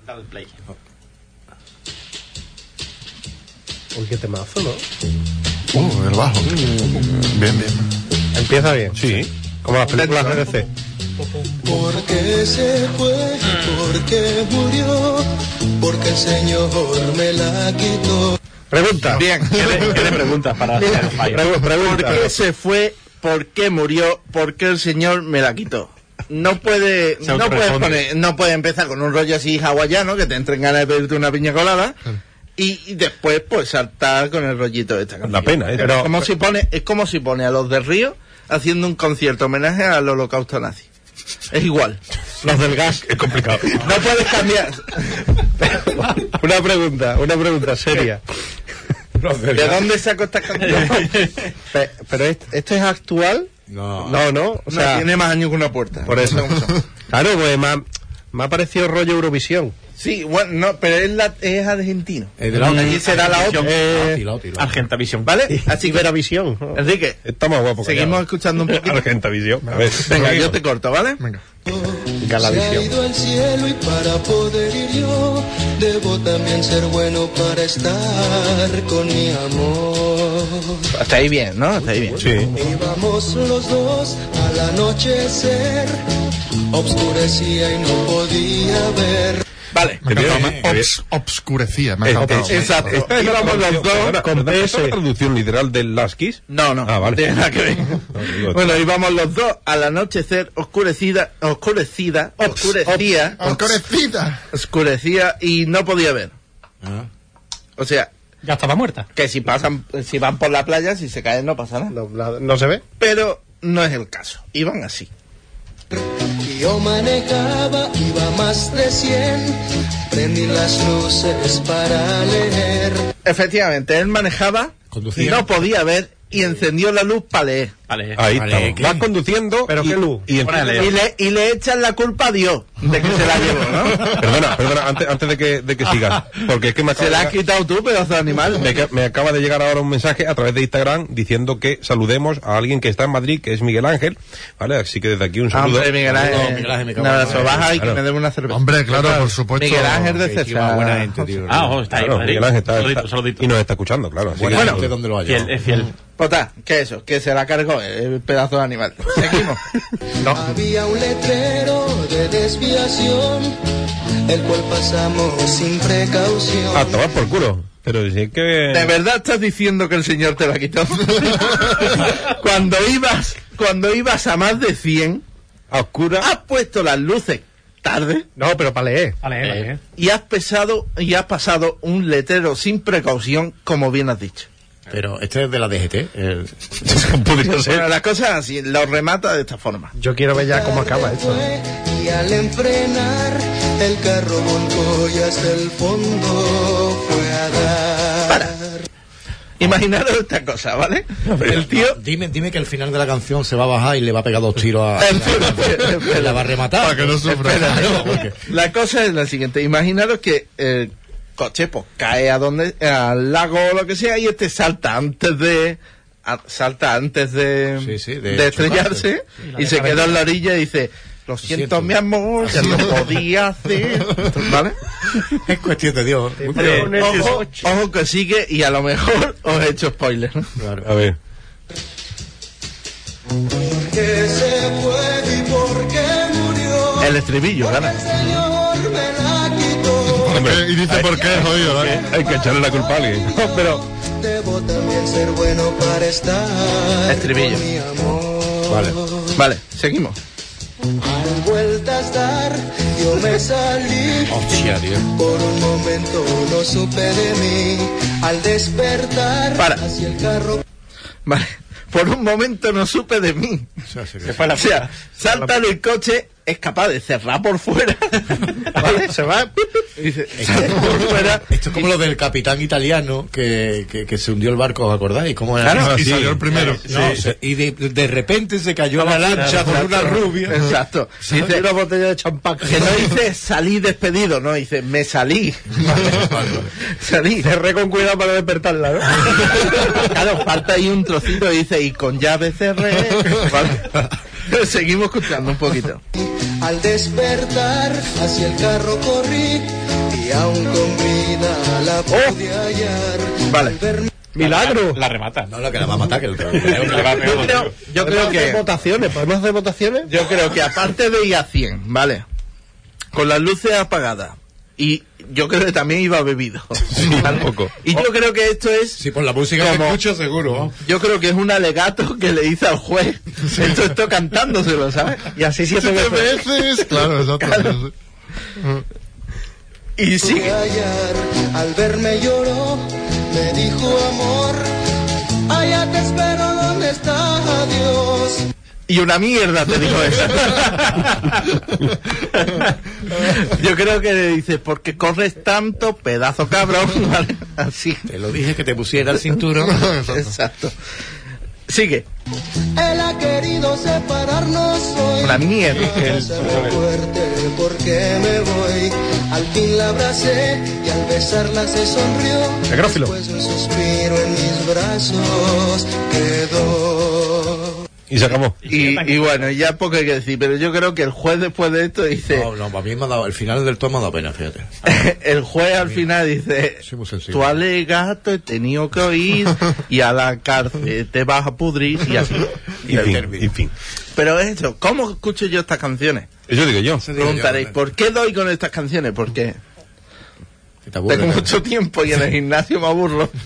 S7: Uy, qué temazo, ¿no?
S4: Uh, el bajo. Bien, bien.
S7: Empieza bien.
S1: Sí.
S7: Como las películas BBC.
S3: Porque se fue, porque murió, porque el Señor me la quitó.
S7: Pregunta.
S8: Bien,
S10: ¿Qué preguntas para hacer el fallo?
S7: Pregu-
S8: ¿Por
S7: pregunta.
S8: qué se fue? ¿Por qué murió? ¿Por qué el señor me la quitó? No puede, no puedes poner- no puede empezar con un rollo así hawaiano que te entren ganas de pedirte una piña colada y, y después pues saltar con el rollito de esta canción.
S1: La pena, ¿eh?
S8: es
S7: pues
S8: como si pone, es como si pone a los de Río haciendo un concierto homenaje al holocausto nazi. Es igual.
S7: Los del gas.
S1: Es complicado.
S8: No puedes cambiar.
S7: una pregunta, una pregunta seria.
S8: ¿De dónde sacó esta canción?
S7: Pe- Pero esto, esto es actual.
S5: No.
S7: No, no. O sea,
S8: no, tiene más años que una puerta.
S7: por eso. Claro, pues me ha, me ha parecido rollo Eurovisión.
S8: Sí, bueno, no, pero es, la, es argentino.
S5: Eh, de la otra.
S8: Allí será la otra.
S5: Ah,
S7: Eh,
S5: tilo, tilo.
S10: Argentavisión.
S8: ¿Vale?
S4: Ah,
S8: Así que,
S7: Iberavisión.
S8: Enrique,
S1: Está más guapo. que
S8: seguimos
S1: nada.
S8: escuchando un poquito.
S1: Argentavisión. A ver.
S8: Venga, yo te corto, ¿vale?
S4: Venga.
S3: Se ha ido al cielo y para poder ir yo, debo también ser bueno para estar con mi amor.
S8: Hasta ahí bien, ¿no? Hasta ahí bien.
S1: Sí.
S3: Íbamos los dos al anochecer, obscurecía y no podía ver.
S8: Vale.
S4: Me ha
S1: Te
S4: encantado,
S1: veo,
S4: me-
S1: eh, te veo.
S4: obs- obscurecía, me ha
S1: Eh,
S4: encantado.
S1: eh,
S8: Exacto.
S1: Esta es la
S8: Íbamos los
S1: traducción,
S8: dos
S1: perdona,
S8: con
S1: ¿esta es
S8: PS.
S1: la traducción literal del Last Kiss?
S8: No, no.
S1: Ah, vale.
S8: No tiene nada que ver.
S1: digo-
S8: bueno, íbamos los dos al anochecer, oscurecida, oscurecida, oscurecía,
S4: ¡Obscurecida!
S8: oscurecía y no podía ver.
S5: Ah.
S8: O sea,
S6: Ya estaba muerta.
S8: que si pasan, si van por la playa, si se caen no pasa nada.
S7: No, la- no se ve.
S8: Pero no es el caso. Iban así.
S3: Y yo manejaba, iba más de 100, prendí las luces para leer.
S8: Efectivamente, él manejaba,
S5: Conducía.
S8: no podía ver y encendió la luz para leer.
S10: Vale.
S1: Ahí
S5: Vale,
S1: estamos.
S5: ¿qué?
S1: Vas conduciendo.
S7: Pero
S1: y,
S7: qué luz.
S1: y entonces-
S10: Ponele.
S8: Y le, y le echan la culpa a Dios de que se la llevó, ¿no?
S1: ¿Ah? Perdona, perdona, antes, antes de que, de que sigas. Porque es que me acaba,
S8: Se
S1: de
S8: la has
S1: llegar-
S8: quitado tú, pedazo de animal.
S1: me ca- me acaba de llegar ahora un mensaje a través de Instagram diciendo que saludemos a alguien que está en Madrid, que es Miguel Ángel. Vale, así que desde aquí un saludo.
S8: Ah, Hombre, Miguel Ángel.
S5: Saludo, Miguel Ángel, me cago
S8: un
S5: en la
S8: abrazo,
S5: madre.
S8: baja y
S1: Claro.
S8: que me dé una cerveza.
S4: Hombre, claro, por supuesto.
S8: Miguel Ángel de
S5: Qué equipo,
S8: César.
S5: buena gente, tío.
S10: Ah, ojo, está ahí.
S1: Claro,
S10: Madrid.
S1: Miguel Ángel está,
S10: Saludito,
S1: está-
S10: saludito.
S1: y nos está escuchando, claro. así que-
S5: Buena gente, ¿dónde lo haya?
S10: Fiel, es
S6: Mm.
S10: fiel.
S8: Pota, ¿qué es eso? Que se la cargó el pedazo de animal. Seguimos.
S3: Había un letrero de desviación, el cual pasamos sin precaución.
S1: A tomar Ah, por culo. Pero si es que.
S8: ¿De verdad estás diciendo que el señor te la quitó? cuando ibas, cuando ibas a más de 100,
S1: A oscura.
S8: has puesto las luces tarde
S7: No, pero para leer.
S6: Vale,
S10: Eh,
S6: vale.
S8: y has pesado y has pasado un letrero sin precaución, como bien has dicho.
S5: Pero este es de la DGT. el-
S1: Podría ser.
S8: Bueno, las cosas así, lo remata de esta forma.
S7: Yo quiero ver ya cómo acaba esto.
S3: Fue, Y al enfrenar, el carro volcó y hasta el fondo fue a dar.
S8: Imaginaros esta cosa, ¿vale? El tío.
S5: Dime, dime que al final de la canción se va a bajar y le va a pegar dos tiros a.
S8: Espérate,
S5: la va a rematar.
S8: Para que no sufra. La cosa es la siguiente. Imaginaros que el coche pues, cae a donde, al lago o lo que sea y este salta antes de a- salta antes de,
S5: Sí, sí, de
S8: de, estrellarse
S5: chocarse. Sí.
S8: y, se queda en la orilla y dice lo siento,
S5: siento.
S8: mi amor, ya lo podía hacer. ¿Vale?
S5: Es cuestión de Dios.
S8: Eh, ojo, ojo que sigue y a lo mejor os he hecho spoiler.
S1: A ver.
S3: que se fue y por qué murió.
S8: El estribillo, gana.
S3: El Señor me la quitó.
S4: Y dice por qué, jodido, ¿no?
S1: Hay que echarle la culpa a alguien.
S7: Pero
S3: Debo también ser bueno para estar.
S8: Estribillo.
S3: con mi amor.
S5: Vale.
S8: Vale, seguimos.
S3: Al vueltas dar, yo me salí.
S5: Hostia, tío.
S3: Por un momento no supe de mí. Al despertar,
S8: Para.
S3: hacia el carro.
S8: Vale. Por un momento no supe de mí.
S10: Se fue a la
S8: O sea, salta del coche, es capaz de cerrar por fuera. ¿Vale? Se va. pip, pip, y dice, "Cerra por fuera.
S5: Esto es como lo del capitán italiano que, que, que se hundió el barco, ¿os acordáis? ¿Cómo era?
S4: Claro,
S5: Sí. Eh,
S4: y salió el primero.
S5: No, se- y de, de repente se cayó a la lancha por una rubia.
S8: Exacto. Dice una botella de champán. Que no dice salí despedido, no, dice me salí. salí.
S7: cerré con cuidado para despertarla, ¿no?
S8: Claro, falta ahí un trocito y dice y con llave cerré. Vale. Seguimos escuchando un poquito.
S3: Al despertar, hacia el carro corrí. Y aún con vida la pude hallar.
S8: Oh. Vale.
S3: Al verme
S7: Milagro.
S10: La remata.
S5: No, la que la va a matar, que el
S10: Le va a pegar
S8: Yo creo,
S10: dos tiros.
S7: Podemos
S8: yo creo
S7: hacer
S8: que.
S7: votaciones, podemos hacer votaciones.
S8: Yo creo que aparte de ir a 100, ¿vale? Con las luces apagadas. Y yo creo que también iba bebido. ¿vale?
S1: poco.
S8: Y yo creo que esto es.
S5: Sí, por la música que
S8: Como-
S5: escucho, seguro.
S8: Yo creo que es un alegato que le dice al juez. Esto estoy cantándoselo, ¿sabes?
S7: Y así siete
S4: Siete
S7: veces.
S4: veces. Claro, exacto.
S8: Y sigue.
S3: hallar. Al verme lloró, me dijo amor, allá te espero donde está Dios.
S8: Y una mierda te digo eso. yo creo que le dice, porque corres tanto, pedazo cabrón, ¿vale? Así.
S5: Te lo dije que te pusiera el cinturón.
S8: Exacto. Sigue.
S3: Él ha querido separarnos hoy.
S8: Una mierda.
S3: Abrázame fuerte porque me voy. Al fin la abracé y al besarla se sonrió.
S1: Necrófilo.
S3: Pues un suspiro en mis brazos quedó.
S1: Y se acabó.
S8: Y, y bueno, ya poco hay que decir, pero yo creo que el juez después de esto dice,
S5: No, no, para mí me ha dado, el final del todo me ha dado pena, fíjate.
S8: el juez al final dice,
S5: Soy muy sensible.
S8: tu alegato he tenido que oír y a la cárcel te vas a pudrir y así.
S1: Y fin, y fin.
S8: Pero eso, ¿cómo escucho yo estas canciones?
S1: Eso digo yo.
S8: Preguntaréis, ¿por qué doy con estas canciones? Porque
S5: Que te
S8: tengo
S5: aburre.
S8: mucho tiempo y en el gimnasio me aburro.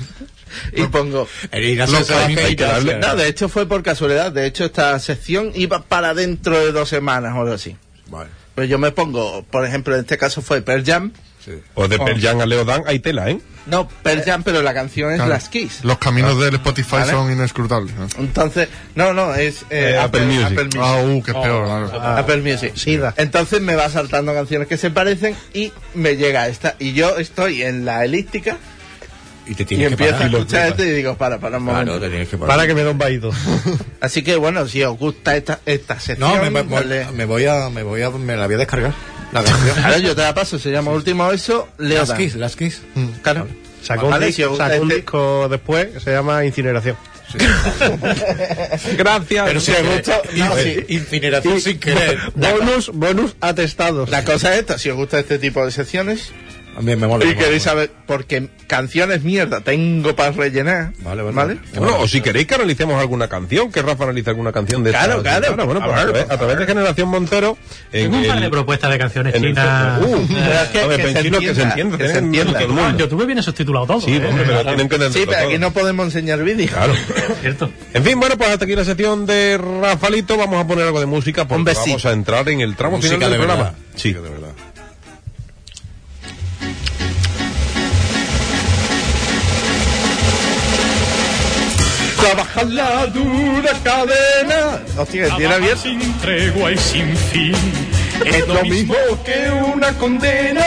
S8: Y pongo...
S5: El Ignacio
S4: Los
S5: se va a
S4: caminos hay que
S5: peinar.
S8: No, de hecho fue por casualidad. De hecho, esta sección iba para dentro de dos semanas o algo así.
S5: Vale,
S8: Pero yo me pongo, por ejemplo, en este caso fue Pearl Jam.
S5: sí.
S1: O de Pearl Jam a Leo Dan hay tela, ¿eh?
S8: No, Pearl Jam, pero la canción es
S4: Claro.
S8: Las Kiss.
S4: Los caminos del Spotify
S8: Vale.
S4: son inescrutables. ¿no?
S8: Entonces, no, no, es eh,
S1: Eh, Apple Music.
S8: Apple Music.
S4: Ah, uh, que es peor, claro.
S8: Apple Music.
S7: Sida.
S8: Entonces me va saltando canciones que se parecen y me llega esta. Y yo estoy en la elíptica
S5: Y te
S8: y
S5: tienes que
S8: empiezo a
S5: parar.
S8: escuchar esto y digo, para, para un momento.
S5: Claro, te tienes que parar.
S7: Para que me da un vaído.
S8: Así que bueno, si os gusta esta, esta sección,
S5: No, me, me-
S8: dale-
S5: me voy a, me voy a, me la voy a descargar. La canción.
S8: Ahora yo te la paso, se llama Último Eso, Leo
S5: Las
S8: Dan.
S5: Kiss, las Kiss.
S8: Claro.
S7: Sacó un,
S8: Vale,
S7: disco-
S8: si os gusta
S7: sacó un
S8: este-
S7: disco después que se llama Incineración.
S1: Gracias.
S5: Pero si
S8: te
S5: te
S8: gusta-
S5: gusta,
S8: no, sí.
S5: incineración sin querer.
S7: Bonus, bonus atestados.
S8: La cosa es esta, si os gusta este tipo de secciones
S5: A mí me mola.
S8: y
S5: me mola.
S8: queréis saber, porque canciones mierda tengo para rellenar.
S5: Vale, vale.
S1: Bueno, o si queréis que analicemos alguna canción, que Rafa analice alguna canción de
S8: Claro,
S1: esta-
S8: claro.
S1: Bueno, pues
S8: A
S1: a,
S8: ver,
S1: través, a través de Generación Montero. en
S6: Tengo un par de
S1: el-
S6: propuestas de canciones
S1: en el-
S6: chinas.
S1: Uh,
S8: Pero es que-
S1: a ver,
S8: que se
S1: tranquilo, que se
S8: entienda,
S1: entienda.
S8: que se
S1: tienen
S8: entienda. Ah,
S1: todo el
S6: No, en
S1: mundo.
S6: YouTube viene subtitulado todo.
S1: Sí,
S6: ¿eh?
S1: hombre, pero tienen que
S8: Sí,
S1: entenderlo
S8: pero
S1: todo.
S8: aquí no podemos enseñar vídeos.
S1: Claro.
S6: Cierto.
S1: En fin, bueno, pues hasta aquí la sección de Rafalito. Vamos a poner algo de música
S8: Un
S1: porque
S8: besito.
S1: vamos a entrar en el tramo
S5: Música
S1: final
S5: de
S1: del
S5: verdad.
S1: programa.
S5: Sí, de verdad.
S8: Trabajar
S11: Ah,
S8: la dura cadena. Hostia, que tiene abierto.
S11: Sin tregua y sin fin, Es lo mismo que una condena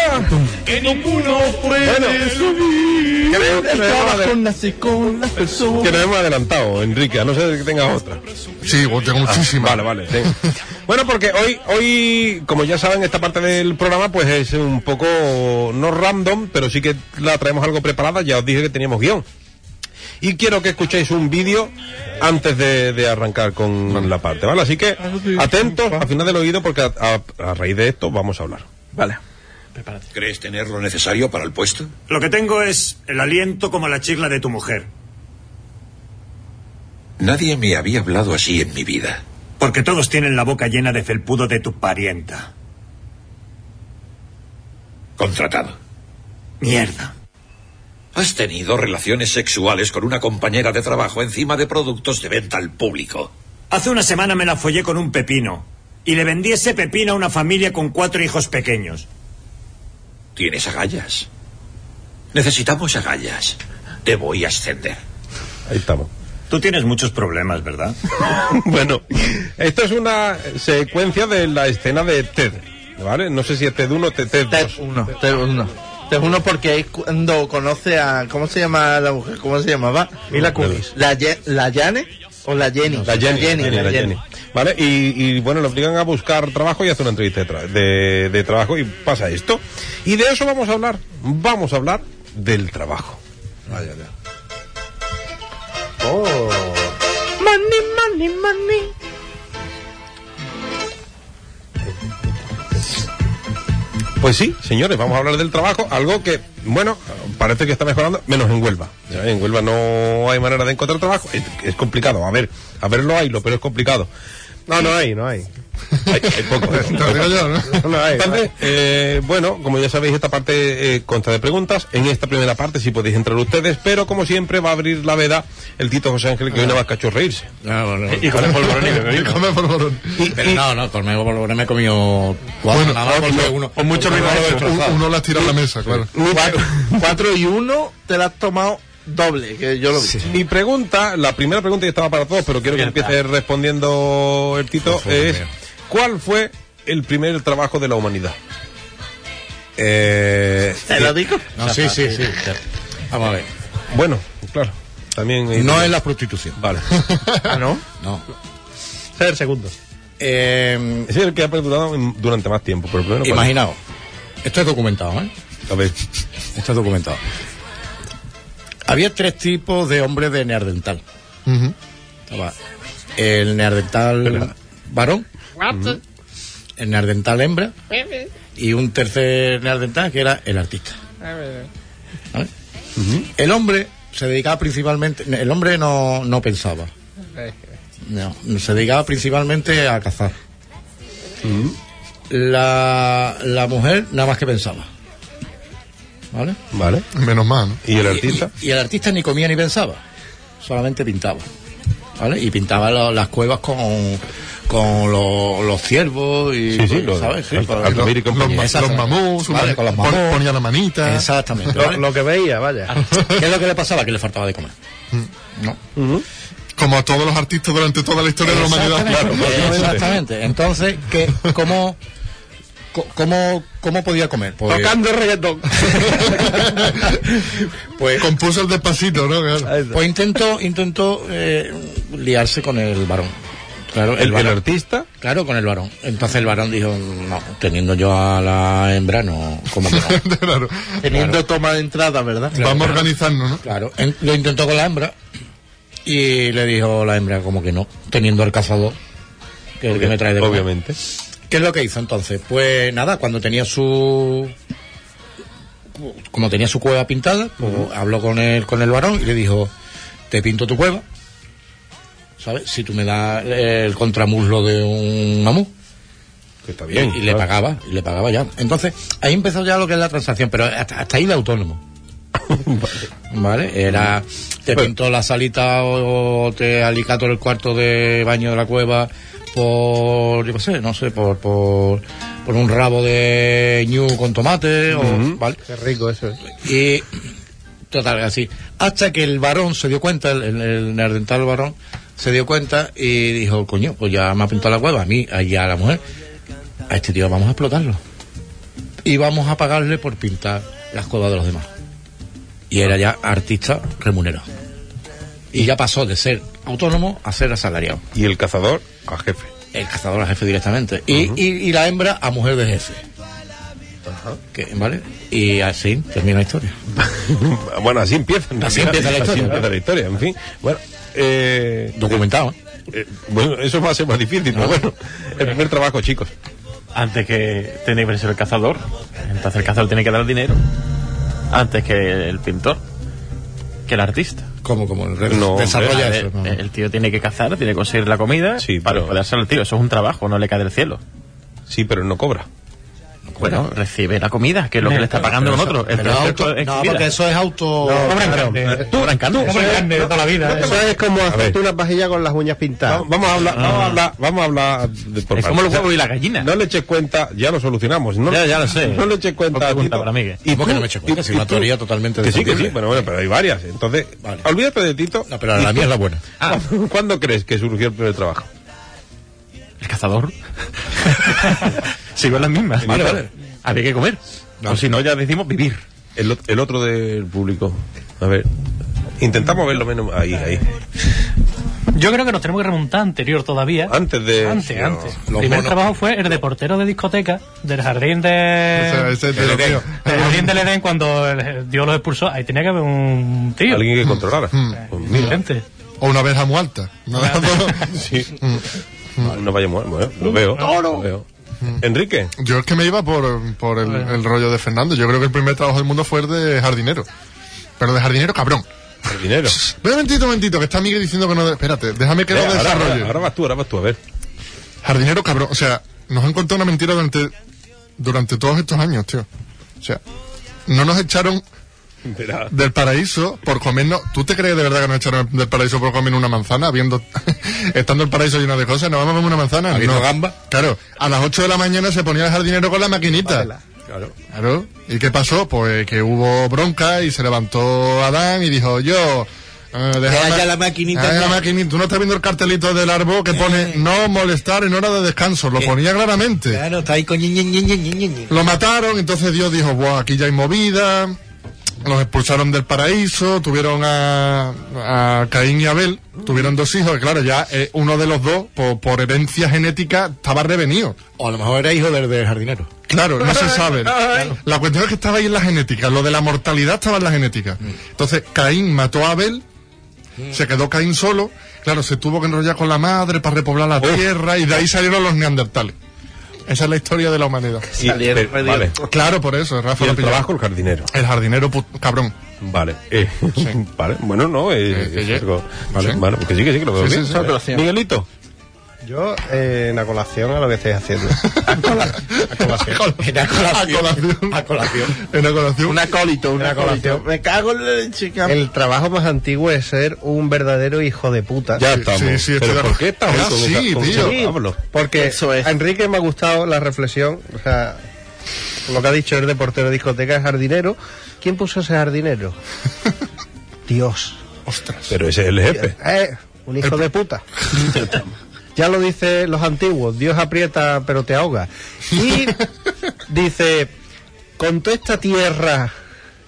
S11: que ninguno puede subir.
S1: Creo que nos hemos adel-
S11: nací con las personas.
S1: que nos hemos adelantado, Enrique, a no ser que tengas otra. Sí, tengo muchísimas. vale, vale. tengo. bueno, porque hoy, hoy, como ya saben, esta parte del programa pues es un poco, no random, pero sí que la traemos algo preparada, ya os dije que teníamos guión. Y quiero que escuchéis un vídeo antes de, de arrancar con la parte, ¿vale? Así que atentos, al final del oído, porque a- a- a raíz de esto vamos a hablar.
S11: Vale.
S12: ¿Crees tener lo necesario para el puesto?
S11: Lo que tengo es el aliento como la chicla de tu mujer.
S12: Nadie me había hablado así en mi vida.
S11: Porque todos tienen la boca llena de felpudo de tu parienta.
S12: Contratado.
S11: Mierda.
S12: Has tenido relaciones sexuales con una compañera de trabajo encima de productos de venta al público.
S11: Hace una semana me la follé con un pepino. Y le vendí ese pepino a una familia con cuatro hijos pequeños.
S12: Tienes agallas. Necesitamos agallas. Te voy a ascender.
S1: Ahí estamos.
S11: Tú tienes muchos problemas, ¿verdad?
S1: bueno, esto es una secuencia de la escena de Ted, ¿vale? No sé si es Ted 1 o Ted 2.
S8: uno, Ted 1. Te uno porque es cuando conoce a. ¿Cómo se llama la mujer? ¿Cómo se llamaba?
S1: Mila Kunis.
S8: ¿La, Ye- la Yane o la Jenny?
S1: La Jenny, la Jenny,
S8: la
S1: la Jenny. ¿Vale? Y, y, bueno, lo obligan a buscar trabajo y hace una entrevista de, tra- de- de trabajo y pasa esto. Y de eso vamos a hablar. Vamos a hablar del trabajo.
S5: Oh.
S2: Money, money, money.
S1: Pues sí, señores, vamos a hablar del trabajo, algo que, bueno, parece que está mejorando, menos en Huelva. Ya, En Huelva no hay manera de encontrar trabajo, es, es complicado, a ver, a verlo hay, lo pero es complicado. No, no hay, no hay. Hay, hay poco. No, no hay, Entonces, eh, bueno, como ya sabéis, esta parte eh, consta de preguntas. En esta primera parte sí podéis entrar ustedes, pero como siempre va a abrir la veda el Tito José Ángel, que hoy no va a cachorreírse.
S5: Y come polvorón Ah, y bebe vino.
S4: come polvorón.
S5: Pero no, no, con polvorón me he comido cuatro,
S4: Bueno,
S5: nada más
S4: o-
S5: porque
S4: o-
S5: uno.
S4: o mucho
S5: uno
S4: vino
S5: lo
S4: hecho.
S5: destrozaba.
S4: Uno la tira a la mesa, claro.
S8: Cuatro, cuatro y uno te la has tomado doble, que yo lo vi.
S1: Mi pregunta, la primera pregunta ya estaba para todos, pero quiero que empiece respondiendo el Tito, es ¿cuál fue el primer trabajo de la humanidad? Eh,
S5: ¿Te lo digo? No, sí, sí, sí. Vamos a ver.
S1: Bueno, claro. También eh,
S5: No es la prostitución.
S1: Vale.
S5: ¿Ah, no? No. Eh,
S1: Es el segundo. es el que ha perdurado en- durante más tiempo. Pero el primero, ¿cuál es?
S5: Imaginaos. Esto es documentado, ¿eh?
S1: A ver.
S5: Esto es documentado. Había tres tipos de hombres de neandertal. Estaba el neandertal varón, el neandertal hembra y un tercer neandertal que era el artista. ¿vale? El hombre se dedicaba principalmente, el hombre no, no pensaba, no, se dedicaba principalmente a cazar. La, la mujer nada más que pensaba. ¿Vale?
S1: Vale.
S4: Menos mal. ¿no?
S1: ¿Y el artista?
S5: Y el artista ni comía ni pensaba, solamente pintaba. ¿Vale? Y pintaba lo- las cuevas con, con lo- los ciervos y
S1: Sí, sí, lo-
S5: ¿sabes? Sí,
S1: Alta-
S5: con-
S1: Altamira y
S5: con-
S1: compañía.
S5: Exacto.
S1: Los mamuts,
S5: Vale, con los
S4: Pon-
S5: mamuts.
S4: Ponía la manita.
S5: Exactamente.
S4: Lo-
S5: ¿vale?
S4: lo
S5: que veía, vaya.
S8: Ah.
S5: ¿Qué es lo que le pasaba? Que le faltaba de comer.
S1: Mm.
S4: Como a todos los artistas durante toda la historia de la humanidad.
S5: Exactamente, Exactamente. Entonces, ¿qué, cómo, co- cómo, ¿cómo podía comer? Pues-
S4: reggaetón.
S5: pues,
S4: Compuso el despacito, ¿no?
S5: Pues intentó, intentó eh, liarse con el varón. Claro,
S1: ¿El- el
S5: varón.
S1: artista?
S5: Claro, con el varón. Entonces el varón dijo, no, teniendo yo a la hembra, no, como que no.
S8: Teniendo toma de entrada, ¿verdad?
S5: Vamos
S4: organizarnos, ¿no?
S5: Claro, en- lo intentó con la hembra y le dijo la hembra como que no, teniendo al cazador, que es el que me trae de comer.
S1: Obviamente.
S5: ¿Qué es lo que hizo entonces? Pues nada, cuando tenía su. Como tenía su cueva pintada, pues habló con el, con el varón y le dijo: Te pinto tu cueva, ¿sabes? Si tú me das el contramuslo de un mamú.
S1: Que está bien,
S5: Y, y le
S1: Mm, claro.
S5: pagaba, y le pagaba ya. Entonces, ahí empezó ya lo que es la transacción, pero hasta, hasta ahí de autónomo. ¿Vale? Era. Te pinto la salita o, o te alicato el cuarto de baño de la cueva por. Yo qué sé, no sé, por. por por un rabo de ñu con tomate o vale
S7: Qué rico eso. eh.
S5: y total así hasta que el varón se dio cuenta el, el, el neandertal varón se dio cuenta y dijo coño pues ya me ha pintado la cueva a mí allá a la mujer a este tío vamos a explotarlo. Y vamos a pagarle por pintar las cosas de los demás. Y era ya artista remunerado. Y ya pasó de ser autónomo a ser asalariado.
S1: Y el cazador a jefe.
S5: El cazador a jefe directamente. Y, y- y la hembra a mujer de jefe. Que- ¿Vale? Y así termina la historia.
S1: bueno, así empieza. en
S5: Así
S1: realidad.
S5: empieza la
S1: Así
S5: historia.
S1: empieza la historia, en fin. Bueno, eh,
S5: documentado.
S1: bueno, eso va a ser más difícil,
S5: Ah.
S1: pero bueno, el primer trabajo, chicos.
S10: Antes que tiene que ser el cazador. Entonces el cazador tiene que dar dinero. Antes que el pintor. Que el artista.
S5: ¿Cómo? como
S10: No,
S1: eh,
S5: desarrolla
S6: Eh,
S10: hombre,
S5: eso,
S10: a ver, El tío tiene que cazar, tiene que conseguir la comida para poder hacerlo al tío. Eso es un trabajo, no le cae del cielo.
S1: Sí, pero no cobra.
S10: Bueno, recibe la comida, que es lo que le está pagando con otro. El
S5: Pero
S10: tercer
S5: auto-
S6: pues,
S10: co- es
S5: no,
S10: comida.
S5: porque eso es auto.
S8: Oh,
S10: No, cobran carne.
S7: Eh,
S10: Cobran carne.
S5: Eso es-
S10: carne de toda la vida,
S5: no te
S10: eh.
S7: Eso es como
S1: ver.
S7: hacerte una pajilla con las uñas pintadas.
S1: Vamos a hablar, vamos a hablar, vamos a hablar de, por
S10: Es
S1: parte.
S10: como los
S1: O sea,
S10: huevos y la gallina.
S1: No le eches cuenta, ya lo solucionamos. No,
S10: Ya, ya lo sé.
S1: No le eches cuenta. Tito.
S5: ¿Y por qué no
S1: tú?
S5: me echo cuenta?
S1: ¿Y-
S5: Es
S1: y
S5: una
S1: tú?
S5: teoría totalmente
S1: Que sí, que sí,
S5: defendible.
S1: bueno, bueno, pero hay varias. Entonces, olvídate de Tito. No,
S5: pero la mía es la buena. Ah.
S1: ¿Cuándo crees que surgió el primer trabajo?
S10: El cazador. Sigo en las mismas.
S1: Vale,
S10: Mira,
S1: vale.
S10: Había que comer. O si no, ya decimos vivir.
S1: El, ot- el otro del público. A ver. Intentamos verlo menos. Ahí, ahí.
S6: Yo creo que nos tenemos que remontar anterior todavía.
S1: Antes de.
S6: Antes,
S1: no,
S6: antes. El
S1: los
S6: primer
S1: monos.
S6: trabajo fue el de portero de discoteca del jardín de.
S1: Eh,
S4: ese es de lo
S6: Edén.
S4: mío.
S6: Del jardín del Edén, cuando el- el Dios los expulsó. Ahí tenía que haber un tío.
S1: Alguien que controlara.
S5: Mm.
S1: Pues mira,
S6: Gente.
S4: O una verja muy alta. No,
S1: sí.
S5: eh.
S1: No vaya muy bueno, lo veo. Lo veo. Enrique.
S4: Yo es que me iba por, por el, el rollo de Fernando. Yo creo que el primer trabajo del mundo fue el de jardinero. Pero de jardinero cabrón.
S1: Jardinero.
S4: Ve, un momentito, un momentito, que está Miguel diciendo que no... de- Espérate, déjame que lo
S1: Venga, ahora,
S4: desarrolle.
S1: ahora, ahora vas tú, ahora vas tú, a ver.
S4: Jardinero cabrón. O sea, nos han contado una mentira durante, durante todos estos años, tío. O sea, no nos echaron
S1: Verá.
S4: del paraíso por comernos. ¿Tú te crees de verdad que nos echaron del paraíso por comer una manzana? Viendo, estando el paraíso lleno de cosas, nos vamos a comer una manzana.
S5: ¿Habiendo
S4: No.
S5: gamba?
S4: Claro, a las 8 de la mañana se ponía el jardinero con la maquinita.
S1: Claro.
S4: Claro. ¿Y qué pasó? Pues que hubo bronca y se levantó Adán y dijo, yo... eh,
S5: Deja
S4: ma-
S5: ya la maquinita
S4: deja
S5: ya. Eh.
S4: la maquinita. Tú no estás viendo el cartelito del árbol que pone no molestar en hora de descanso. Lo ponía claramente.
S5: Claro, está ahí con ñi, ñi, ñi, ñi, ñi, ñi, ñi.
S4: Lo mataron, entonces Dios dijo, wow, aquí ya hay movida. Los expulsaron del paraíso, tuvieron a, a Caín y Abel, tuvieron dos hijos, que claro, ya eh, uno de los dos, por, por herencia genética, estaba revenido.
S5: O a lo mejor era hijo del, del jardinero.
S4: Claro, no se sabe. La cuestión es que estaba ahí en la genética, lo de la mortalidad estaba en la genética.
S1: Mm.
S4: Entonces, Caín mató a Abel, se quedó Caín solo, claro, se tuvo que enrollar con la madre para repoblar la tierra y de ahí salieron los neandertales. Esa es la historia de la humanidad.
S1: Y- pero- vale.
S4: Claro, por eso, Rafa.
S1: Y
S4: lo
S1: el
S4: pilló.
S1: trabajo, el jardinero.
S4: El jardinero put- cabrón.
S1: Vale. eh, vale. Bueno, no. eh, es algo- vale, vale. Porque sí, que sí, que lo veo
S7: Sí,
S1: bien.
S7: sí, sí.
S1: Vale. Miguelito.
S7: Yo, eh, en la colación a lo que estáis haciendo.
S5: Era colación. A colación.
S4: En la colación.
S8: Un acólito, un
S7: Una
S8: acólito.
S7: colación.
S8: Me cago en la leche,
S5: Eh,
S8: cabrón.
S7: El trabajo más antiguo es ser un verdadero hijo de puta.
S1: Ya estamos.
S4: sí, sí, estoy
S1: pero
S4: de
S1: ¿por qué estamos
S4: Ah,
S1: con
S4: sí,
S1: esa- con
S4: tío.
S1: ese Pablo?
S7: Porque
S8: Eso es.
S7: a Enrique me ha gustado la reflexión. O sea, lo que ha dicho el de portero de discoteca es jardinero. ¿Quién puso ese jardinero? Dios.
S4: Ostras.
S1: Pero ese es el jefe.
S7: Eh, un hijo de puta. ya lo dicen los antiguos. Dios aprieta pero te ahoga. Y dice, con toda esta tierra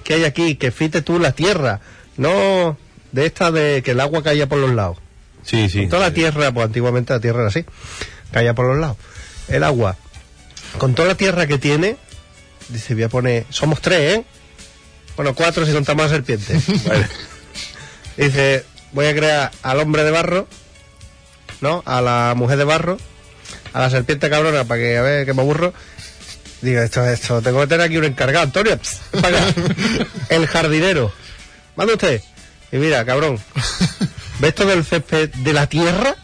S7: que hay aquí, que fite tú la tierra. No de esta de que el agua caiga por los lados.
S1: Sí, sí.
S7: Con toda la tierra, pues antiguamente la tierra era así, caía por los lados. El agua, con toda la tierra que tiene, dice, voy a poner, somos tres, ¿eh? Bueno, cuatro si contamos a serpiente.
S1: Vale.
S7: dice, voy a crear al hombre de barro, ¿no? A la mujer de barro, a la serpiente cabrona, para que, a ver, que me aburro. Digo, esto, esto, tengo que tener aquí un encargado, Antonio. pss, para acá. El jardinero. Manda usted. Y mira, cabrón, ¿Ves todo el césped de la tierra?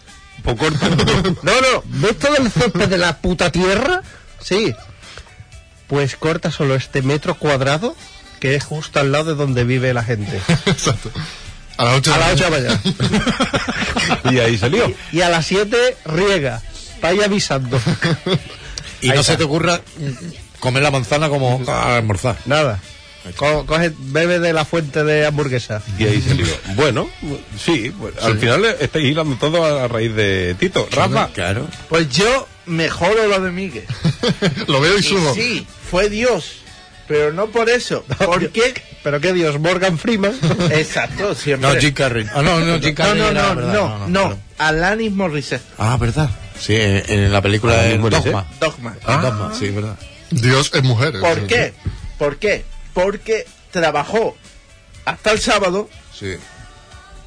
S1: Poco
S7: No, no, ¿ves todo el césped de la puta tierra? Sí. Pues corta solo este metro cuadrado que es justo al lado de donde vive la gente.
S4: Exacto. A las 8
S7: A las 8 de la mañana.
S1: Y ahí salió.
S7: Y a las 7 riega. Vaya avisando.
S5: Y no se te ocurra mm, comer la manzana como a almorzar.
S7: Nada. Co- coge, bebe de la fuente de hamburguesa.
S1: Y ahí salió. Bueno, sí, bueno, al final estáis hilando todo a raíz de Tito. Rafa.
S5: Claro.
S8: Pues yo mejoro lo de Miguel.
S4: Lo veo y subo.
S8: sí, fue Dios. Pero no por eso. ¿Por qué?
S7: ¿Pero qué Dios? ¿Morgan Freeman?
S8: Exacto, siempre.
S5: No, Jim Carrey. Ah, no, no, Jim Carrey
S8: No, no,
S5: era,
S8: no,
S5: ¿verdad?
S8: no,
S5: No, no,
S8: no, Alanis Morissette.
S5: Ah, ¿verdad? Sí, en, Ah, en la película de Dogma. Ah.
S8: Dogma.
S5: Dogma, sí, ¿verdad?
S4: Dios es mujer. eh.
S8: ¿Por qué? ¿Por qué? Porque trabajó hasta el sábado
S5: Sí.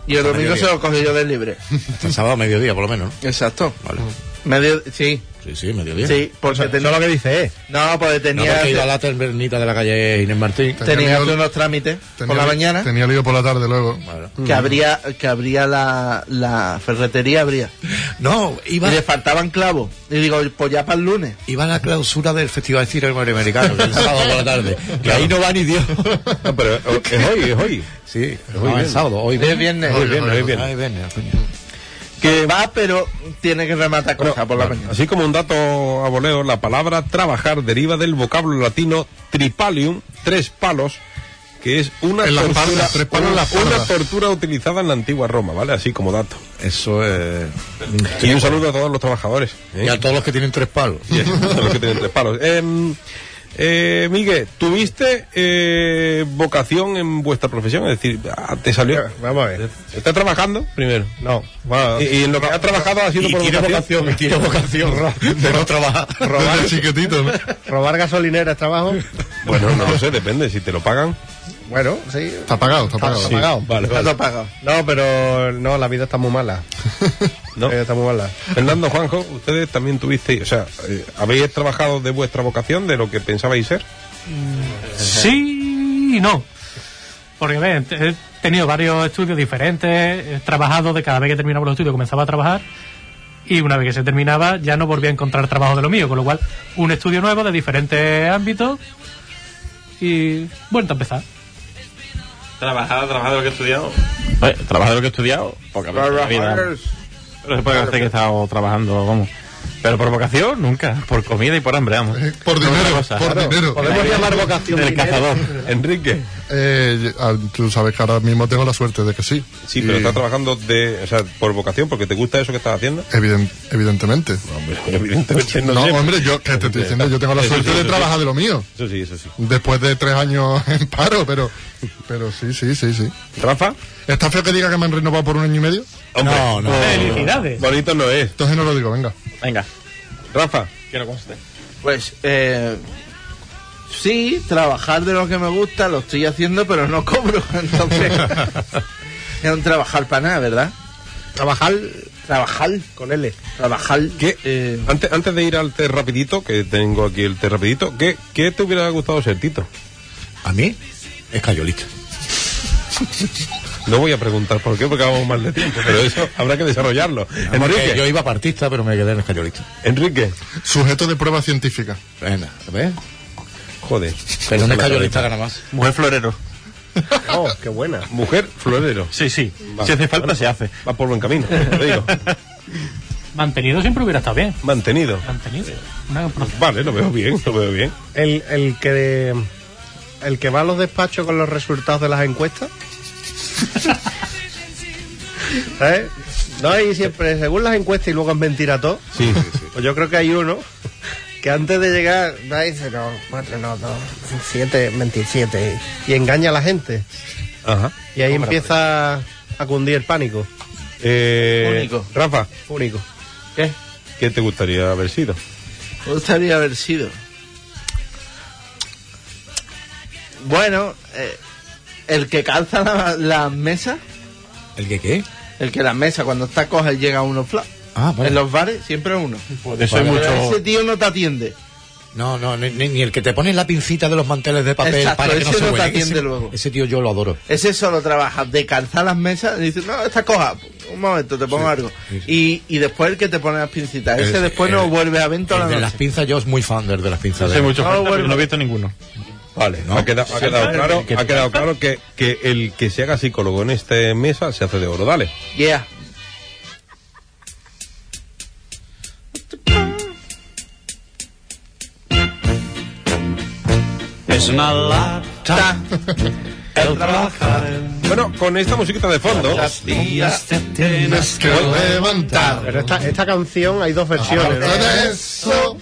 S8: y el domingo se lo cogió yo del libre.
S5: El sábado a mediodía, por lo menos.
S8: Exacto.
S5: Vale.
S8: Medio, sí,
S5: Sí, Mm. sí, mediodía.
S8: sí, porque tenía...
S7: lo que dice, ¿eh?
S8: No, porque
S5: No,
S8: tenía...
S5: porque iba a la ternernita de la calle Inés Martín.
S8: tenía que
S4: miedo-
S8: hacer unos trámites por la
S4: li-
S8: mañana.
S4: Tenía lío por la tarde luego.
S5: Bueno.
S8: que habría que habría la, la ferretería habría
S5: No, iba,
S8: y le faltaban clavos y digo pues ya para el lunes
S5: iba a la clausura del Festival de Cine Americano, el sábado por la tarde. Que ahí no va ni Dios.
S1: No, pero eh, es hoy, es hoy.
S5: Sí, no, el sábado. Hoy
S8: Es viernes.
S5: Hoy
S8: Hoy
S1: viernes,
S5: viernes, hoy
S1: hoy
S5: viernes.
S1: viernes.
S5: coño.
S8: que va pero tiene que rematar cosas por la mañana
S1: ah, Así como un dato a voleo, la palabra trabajar deriva del vocablo latino tripalium, tres palos, que es una
S4: En la
S1: tortura,
S4: espalda, tres palos en la
S1: una,
S4: espalda.
S1: una tortura utilizada en la antigua Roma, ¿vale? Así como dato.
S5: Eso
S4: eh,
S5: es.
S1: Y un saludo a todos los trabajadores. ¿eh?
S5: Y a todos los que tienen tres palos.
S1: Y a los que tienen tres palos. Em, eh, Miguel, ¿tuviste eh, vocación en vuestra profesión? Es decir, ah, te salió.
S7: Vamos a ver.
S1: ¿Estás trabajando primero?
S7: No, bueno,
S4: Ah,
S1: Y, y en lo que has trabajado ha sido
S5: Y
S1: por
S5: tiene vocación, y tiene vocación de no trabajar.
S4: Desde chiquitito, ¿no?
S7: robar gasolineras, trabajo.
S1: Bueno, no lo sé, depende. Si te lo pagan.
S7: Bueno, sí.
S4: Está pagado, está pagado.
S7: Está pagado.
S1: Vale, vale.
S8: Lo pago.
S7: No, pero no, la vida está muy mala.
S1: No.
S7: La vida está muy mala.
S1: Fernando Juanjo, ustedes también tuvisteis, o sea, eh, habéis trabajado de vuestra vocación, de lo que pensabais ser.
S6: Sí y no. Porque ve, he tenido varios estudios diferentes, he trabajado de cada vez que terminaba los estudios comenzaba a trabajar y una vez que se terminaba ya no volvía a encontrar trabajo de lo mío, con lo cual un estudio nuevo de diferentes ámbitos y vuelta a empezar.
S10: Trabajar, trabajar de lo que he estudiado. Oye, trabajar de lo que he estudiado. Poca vida. No se puede hacer que he estado trabajando, vamos. Pero por vocación, nunca. Por comida y por hambre, vamos.
S4: Por
S10: No,
S4: dinero,
S10: otra cosa.
S4: por dinero.
S7: Podemos llamar vocación
S10: Del cazador.
S1: Enrique.
S4: Eh, ah, tú sabes que ahora mismo tengo la suerte de que sí.
S1: Sí, pero
S4: Y-
S1: estás trabajando de, o sea, por vocación, porque te gusta eso que estás haciendo.
S4: Eviden- evidentemente.
S1: Hombre, pues, evidentemente
S4: No,
S1: no, sé.
S4: hombre, yo que te estoy diciendo, yo tengo la
S1: Eso sí,
S4: suerte de
S1: eso sí.
S4: trabajar de lo mío.
S1: Eso sí, eso sí.
S4: Después de tres años en paro, pero, pero sí, sí, sí, sí.
S1: Rafa,
S4: ¿Está feo que diga que me han renovado por un año y medio?
S1: hombre,
S5: No,
S10: Oh.
S5: no.
S6: Felicidades.
S1: bonito no es.
S4: Entonces no lo digo, venga.
S10: Venga,
S1: Rafa,
S10: que no conste.
S8: pues eh, sí trabajar de lo que me gusta lo estoy haciendo pero no cobro entonces es un trabajar para nada verdad
S7: Trabajar
S8: trabajar
S7: con L.
S8: trabajar
S1: ¿qué,
S8: eh,
S1: antes, antes de ir al té rapidito, que tengo aquí el té rapidito, ¿qué, qué te hubiera gustado ser, Tito?
S5: A mí es cayolista.
S1: No voy a preguntar por qué, porque vamos mal de tiempo, pero eso habrá que desarrollarlo.
S5: Porque Yo
S1: Enrique,
S5: iba partista, pero me quedé en el cayolista.
S1: Enrique,
S4: Sujeto de prueba científica.
S5: Venga, ¿ves?
S1: joder.
S5: Pero en el cayolista gana más.
S10: Mujer florero.
S7: Oh, qué buena.
S1: Mujer florero.
S10: Sí, sí. Si hace falta, se hace.
S1: Va por buen camino, te digo.
S6: Mantenido siempre hubiera estado bien.
S1: Mantenido.
S6: Mantenido. Una pro-
S1: Vale, lo veo bien, lo veo bien.
S7: El, el que el que va a los despachos con los resultados de las encuestas. ¿Sabes? ¿Eh? No, y siempre, según las encuestas y luego es mentira todo.
S1: Sí,
S7: Pues yo creo que hay uno que antes de llegar va y dice, no, cuatro, no, dos, siete, 27. Y engaña a la gente.
S1: Ajá.
S7: Y ahí empieza a cundir el pánico.
S1: Eh,
S8: Único.
S1: Rafa,
S7: Único.
S8: ¿qué?
S1: ¿qué te gustaría haber sido?
S8: Me gustaría haber sido. Bueno, eh, el que calza la, la mesa,
S5: ¿El que qué?
S8: el que la mesa cuando está coja y llega uno flat.
S5: Ah, vale.
S8: En los bares siempre uno.
S10: De eso hay
S5: Vale.
S10: mucho.
S8: Pero Ese tío no te atiende.
S5: No, no, ni, ni- ni el que te pone la pincita de los manteles de papel
S8: Exacto,
S5: para que no
S8: ese
S5: se
S8: no te
S5: huela.
S8: atiende
S5: ese,
S8: luego.
S5: ese tío yo lo adoro.
S8: Ese solo trabaja de calzar las mesas y dice, no, esta coja, un momento, te pongo algo. Y, y después el que te pone las pincitas. Ese
S5: El-
S8: después
S5: el-
S8: no vuelve a vento a
S5: el
S8: la
S5: de las
S8: noche.
S5: pinzas yo es muy fan del de las pinzas.
S10: Eso
S5: de-
S10: hay mucho.
S8: No,
S10: falta, pero
S8: bueno.
S10: no he visto ninguno.
S1: Vale,
S5: ¿no?
S1: ha quedado, ha quedado claro, ha quedado claro que, que el que se haga psicólogo en esta mesa se hace de oro. Dale.
S8: Yeah.
S13: It's not a lot
S8: Ta.
S1: el trabajar. Bueno, con esta musiquita de fondo.
S4: tienes que levantar.
S7: Pero esta, esta canción hay dos versiones. ¿no?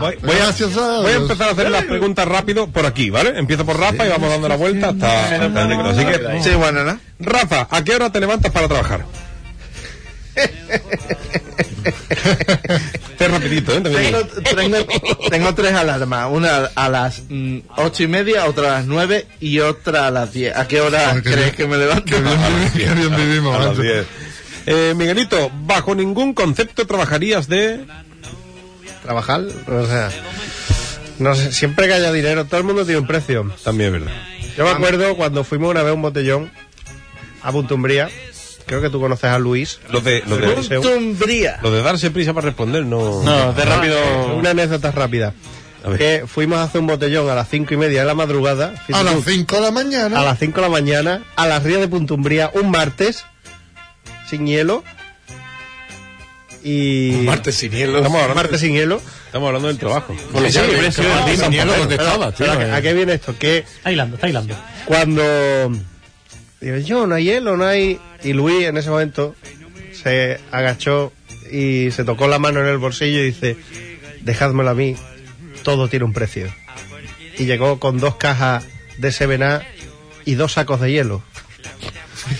S1: Voy, voy a, voy a empezar a hacer las preguntas rápido por aquí, ¿vale? Empiezo por Rafa y vamos dando la vuelta hasta, hasta el micro. Así que,
S8: Sí, bueno, ¿no?
S1: Rafa, ¿a qué hora te levantas para trabajar? Te rapidito, ¿eh? También
S8: Tengo, tengo- tengo tres alarmas. Una a las mm, ocho y media, otra a las nueve y otra a las diez. ¿A qué hora crees que me levanto?
S4: Qué bien vivimos,
S1: A las
S4: macho.
S1: 10. Eh, Miguelito, bajo ningún concepto trabajarías de...
S7: Trabajar, o sea. No sé, siempre que haya dinero, todo el mundo tiene un precio.
S1: También es verdad.
S7: Yo me acuerdo cuando fuimos una vez a un botellón a Puntumbría. Creo que tú conoces a Luis.
S1: Lo de, lo de,
S8: Tumbría.
S1: lo de darse prisa para responder, no...
S10: No, de
S5: Oh.
S10: rápido.
S7: Una anécdota rápida.
S1: A ver.
S7: Que fuimos a hacer un botellón a las cinco y media de la madrugada.
S4: A
S7: fíjate tú,
S4: las 5 de la mañana.
S7: a las 5 de la mañana, a las rías de Puntumbría, un martes, sin hielo. Y.
S5: Martes sin hielo.
S1: Estamos hablando,
S7: martes sin hielo.
S1: estamos hablando del trabajo.
S5: Con los
S10: Sí,
S5: hombres,
S10: sí,
S5: que
S10: sí,
S5: martes
S10: sí,
S5: sin
S10: sí,
S5: hielo
S10: sí,
S5: donde
S10: sí,
S5: estaba, tío,
S7: Pero, ¿a
S5: eh.
S7: qué- ¿A qué viene esto? Que
S6: Está hilando, está hilando.
S7: cuando. Digo, yo, no hay hielo, no hay. Y Luis en ese momento se agachó y se tocó la mano en el bolsillo y dice: Dejádmelo a mí, todo tiene un precio. Y llegó con dos cajas de Sevena y dos sacos de hielo.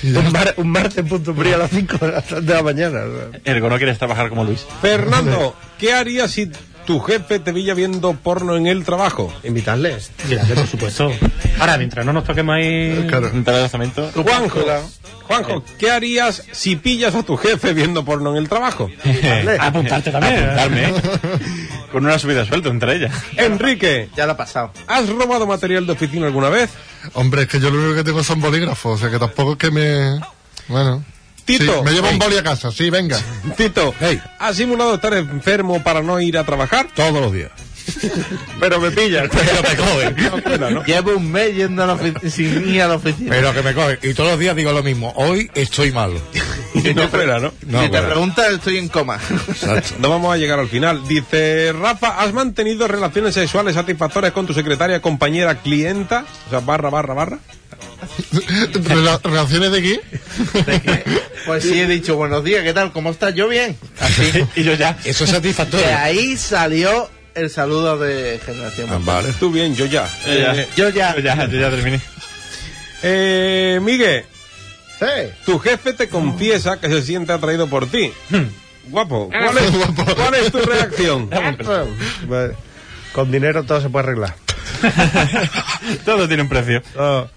S7: Un, mar- un martes en Puntumbría a las 5 de la- de la mañana. o sea.
S10: Ergo, no quieres trabajar como Luis.
S1: Fernando, ¿qué harías si tu jefe te pilla viendo porno en el trabajo?
S7: Invitarle.
S6: Mírale, por supuesto. Ahora, mientras no nos toquemos ahí.
S4: Claro.
S10: Un telelanzamiento.
S1: Juanjo, Juanjo, ¿qué harías si pillas a tu jefe viendo porno en el trabajo?
S6: Apuntarte también.
S10: Darme, ¿eh? Con una subida de sueldo entre ellas.
S1: Enrique,
S8: Ya la ha pasado.
S1: ¿has robado material de oficina alguna vez?
S4: Hombre, es que yo lo único que tengo son bolígrafos, o sea que tampoco es que me. Bueno.
S1: Tito.
S4: Sí, me llevo
S1: Ey.
S4: un boli a casa, sí, venga.
S1: Tito, ¿has simulado estar enfermo para no ir a trabajar?
S5: Todos los días.
S1: Pero me pillan.
S5: Pero me cogen.
S8: Llevo un mes yendo a la ofi- sin ir a la oficina.
S5: Pero que me cogen. Y todos los días digo lo mismo. Hoy estoy malo.
S1: no fuera, ¿no?
S5: No,
S8: si te
S5: bueno.
S8: preguntas, estoy en coma.
S5: Exacto.
S1: No vamos a llegar al final. Dice Rafa, ¿has mantenido relaciones sexuales satisfactorias con tu secretaria, compañera, clienta? O sea, barra, barra, barra.
S4: Rela- ¿Relaciones de qué?
S8: Pues sí, he dicho buenos días, ¿qué tal? ¿Cómo estás? Yo bien. Así.
S10: Y yo ya.
S5: Eso es
S8: De
S5: satisfactorio.
S8: ahí salió el saludo de Generación
S5: Ah,
S8: Mundial.
S5: vale.
S1: Tú bien, yo ya.
S10: Eh,
S8: Yo ya.
S10: Yo ya, yo ya terminé.
S1: Eh, Miguel,
S7: Sí.
S1: tu jefe te confiesa que se siente atraído por ti. Guapo, ¿cuál es,
S4: Guapo.
S1: cuál es tu reacción?
S7: Vale. Con dinero todo se puede arreglar.
S10: Todo tiene un precio.
S7: No.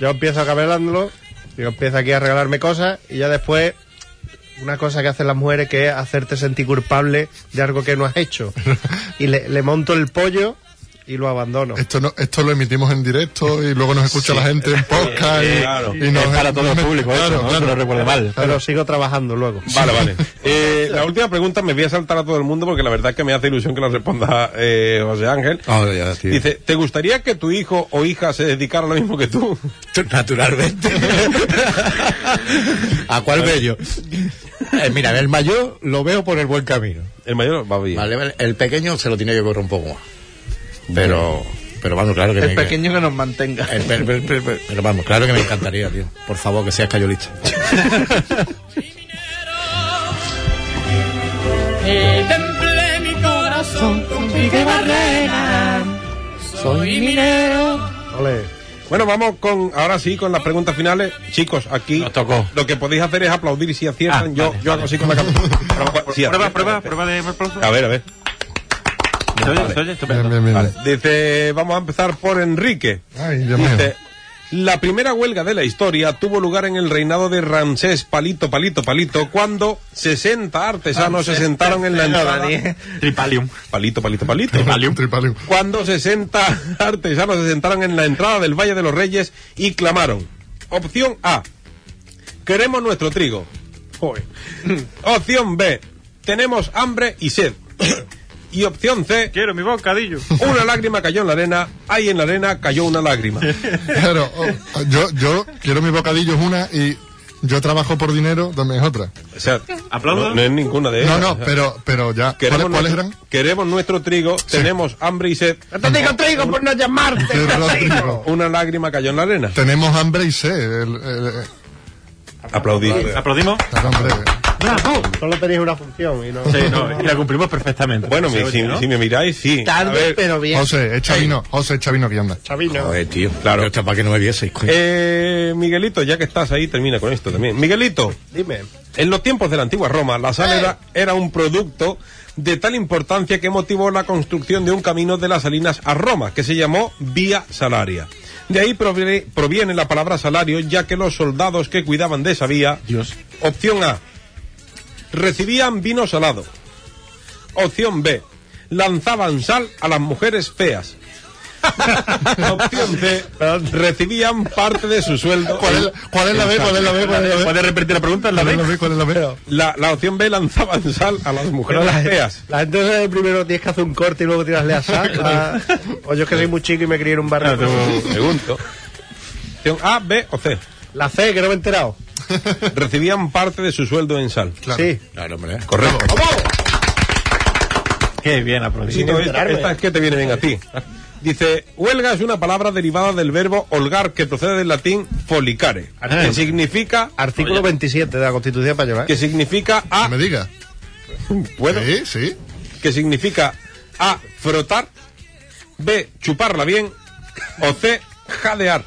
S7: Yo empiezo cabelándolo, yo empiezo aquí a regalarme cosas y ya después una cosa que hacen las mujeres que es hacerte sentir culpable de algo que no has hecho. Y le, le monto el pollo y lo abandono.
S4: Esto, no, esto lo emitimos en directo y luego nos escucha la gente en podcast. y,
S1: claro.
S4: y nos-
S10: es para todo el público,
S4: claro,
S10: eso, ¿no?
S4: claro.
S10: Que lo recuerde mal.
S7: Pero sigo trabajando luego.
S1: Vale, vale. Eh, la última pregunta me voy a saltar a todo el mundo porque la verdad es que me hace ilusión que la responda eh, José Ángel.
S10: Ah,
S5: Ahora Ah, ya, tío.
S1: Dice, ¿te gustaría que tu hijo o hija se dedicara a lo mismo que tú?
S5: Naturalmente. ¿A cuál bello? Eh, mira, el mayor lo veo por el buen camino.
S1: El mayor va bien.
S5: Vale, vale. El pequeño se lo tiene que correr un poco más. Pero, pero vamos, claro que
S8: El
S5: me-
S8: pequeño que nos
S1: Eh,
S8: mantenga.
S5: el pe- pe- pe- pe- pero vamos, claro que me encantaría, tío. Por favor, que seas cayolista.
S2: Temple mi corazón con pique barrera. Soy minero.
S7: Ole.
S1: Bueno, vamos con ahora sí con las preguntas finales. Chicos, aquí
S10: Nos tocó.
S1: lo que podéis hacer es aplaudir si aciertan.
S10: Ah,
S1: yo, yo hago así con la cabeza. Si
S10: Prueba,
S1: aciertan.
S10: prueba, prueba de aplauso.
S1: A ver, a ver.
S10: ¿Se oye? ¿Se oye?
S4: Bien,
S10: Estupendo.
S4: bien, bien.
S1: Vale. Dice, vamos a empezar por Enrique.
S4: Ay, Dios mío.
S1: Dice, Este, la primera huelga de la historia tuvo lugar en el reinado de Ramsés Palito Palito Palito cuando 60 artesanos se sentaron en la entrada.
S10: Tripalium.
S1: Palito Palito Palito.
S10: Tripalium.
S4: Tripalium.
S1: Cuando 60 artesanos se sentaron en la entrada del Valle de los Reyes y clamaron. Opción A. Queremos nuestro trigo. Joder. Opción B. Tenemos hambre y sed. Y opción C.
S10: Quiero mi bocadillo.
S1: Una lágrima cayó en la arena, ahí en la arena cayó una lágrima.
S4: Claro, oh, yo, yo quiero mis bocadillos una y yo trabajo por dinero, también es otra.
S1: O sea, no, no es ninguna de
S4: No,
S1: ellas.
S4: no, pero, pero ya.
S1: Queremos,
S4: ¿Cuáles, cuáles
S1: nuestro,
S4: eran?
S1: queremos nuestro trigo, tenemos hambre y sed.
S4: No te digo trigo
S7: por no llamarte.
S1: Una lágrima cayó en la arena.
S4: Tenemos hambre y sed. el- el- el-
S1: Aplaudimos.
S10: ¿Aplaudimos?
S4: Claro, hombre.
S7: Solo tenéis una función y no.
S10: Sí, no, y la cumplimos perfectamente.
S1: Bueno,
S10: Se
S1: mi-
S10: oye,
S1: si,
S10: ¿no?
S1: si me miráis, sí. A ver,
S4: José, es Chavino, José, es Chavino que anda.
S7: Chavino.
S5: Joder, tío. Claro. Yo para que no me vieseis, coño.
S1: eh, Miguelito, ya que estás ahí, termina con esto también. Miguelito,
S7: Dime.
S1: en los tiempos de la antigua Roma, la sal era, era un producto de tal importancia que motivó la construcción de un camino de las salinas a Roma, que se llamó Vía Salaria. De ahí proviene, proviene la palabra salario, ya que los soldados que cuidaban de esa vía
S10: Dios.
S1: Opción A. Recibían vino salado. Opción B. Lanzaban sal a las mujeres feas. Opción C. Recibían parte de su sueldo.
S4: ¿Cuál es la- cuál es la B? ¿Cuál es la B? ¿Cuál es la B?
S10: ¿Puedes repetir la pregunta? ¿La
S4: ¿Cuál es
S10: B?
S4: la B? ¿Cuál es la B?
S1: La, la opción B lanzaban sal a las
S7: Pero
S1: mujeres
S7: la,
S1: feas.
S7: la gente sabe primero tienes que hacer un corte y luego tirasle a sal. la- O yo es que soy muy chico y me crié en un barrio.
S1: Pregunto. Opción A, B o C.
S7: La C, que no me he enterado.
S1: Recibían parte de su sueldo en sal.
S4: Claro.
S7: Sí.
S5: Claro, hombre.
S1: Correcto.
S10: Qué bien, aplaudimos.
S1: Sito, esta, esta es que te viene bien a ti. Dice, huelga es una palabra derivada del verbo holgar que procede del latín folicare, que significa
S7: Artículo 27 de la Constitución Española. ¿eh?
S1: que significa
S4: No
S1: a
S4: me diga.
S1: ah, bueno,
S4: Sí, sí.
S1: que significa a frotar, b chuparla bien o c jadear,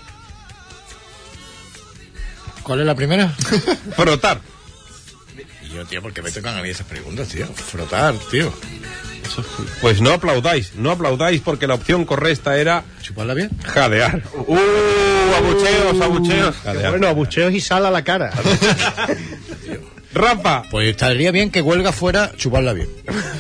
S5: ¿Cuál es la primera?
S1: frotar.
S5: Y yo, tío, porque me tocan a mí esas preguntas, tío? Frotar, tío.
S1: Pues no aplaudáis, no aplaudáis porque la opción correcta era
S5: ¿Chuparla bien?
S1: jadear.
S10: Uh, abucheos, abucheos.
S1: Jadear.
S7: Bueno, bucheos y sal a la cara.
S1: Rafa,
S5: Pues estaría bien que huelga fuera chuparla bien.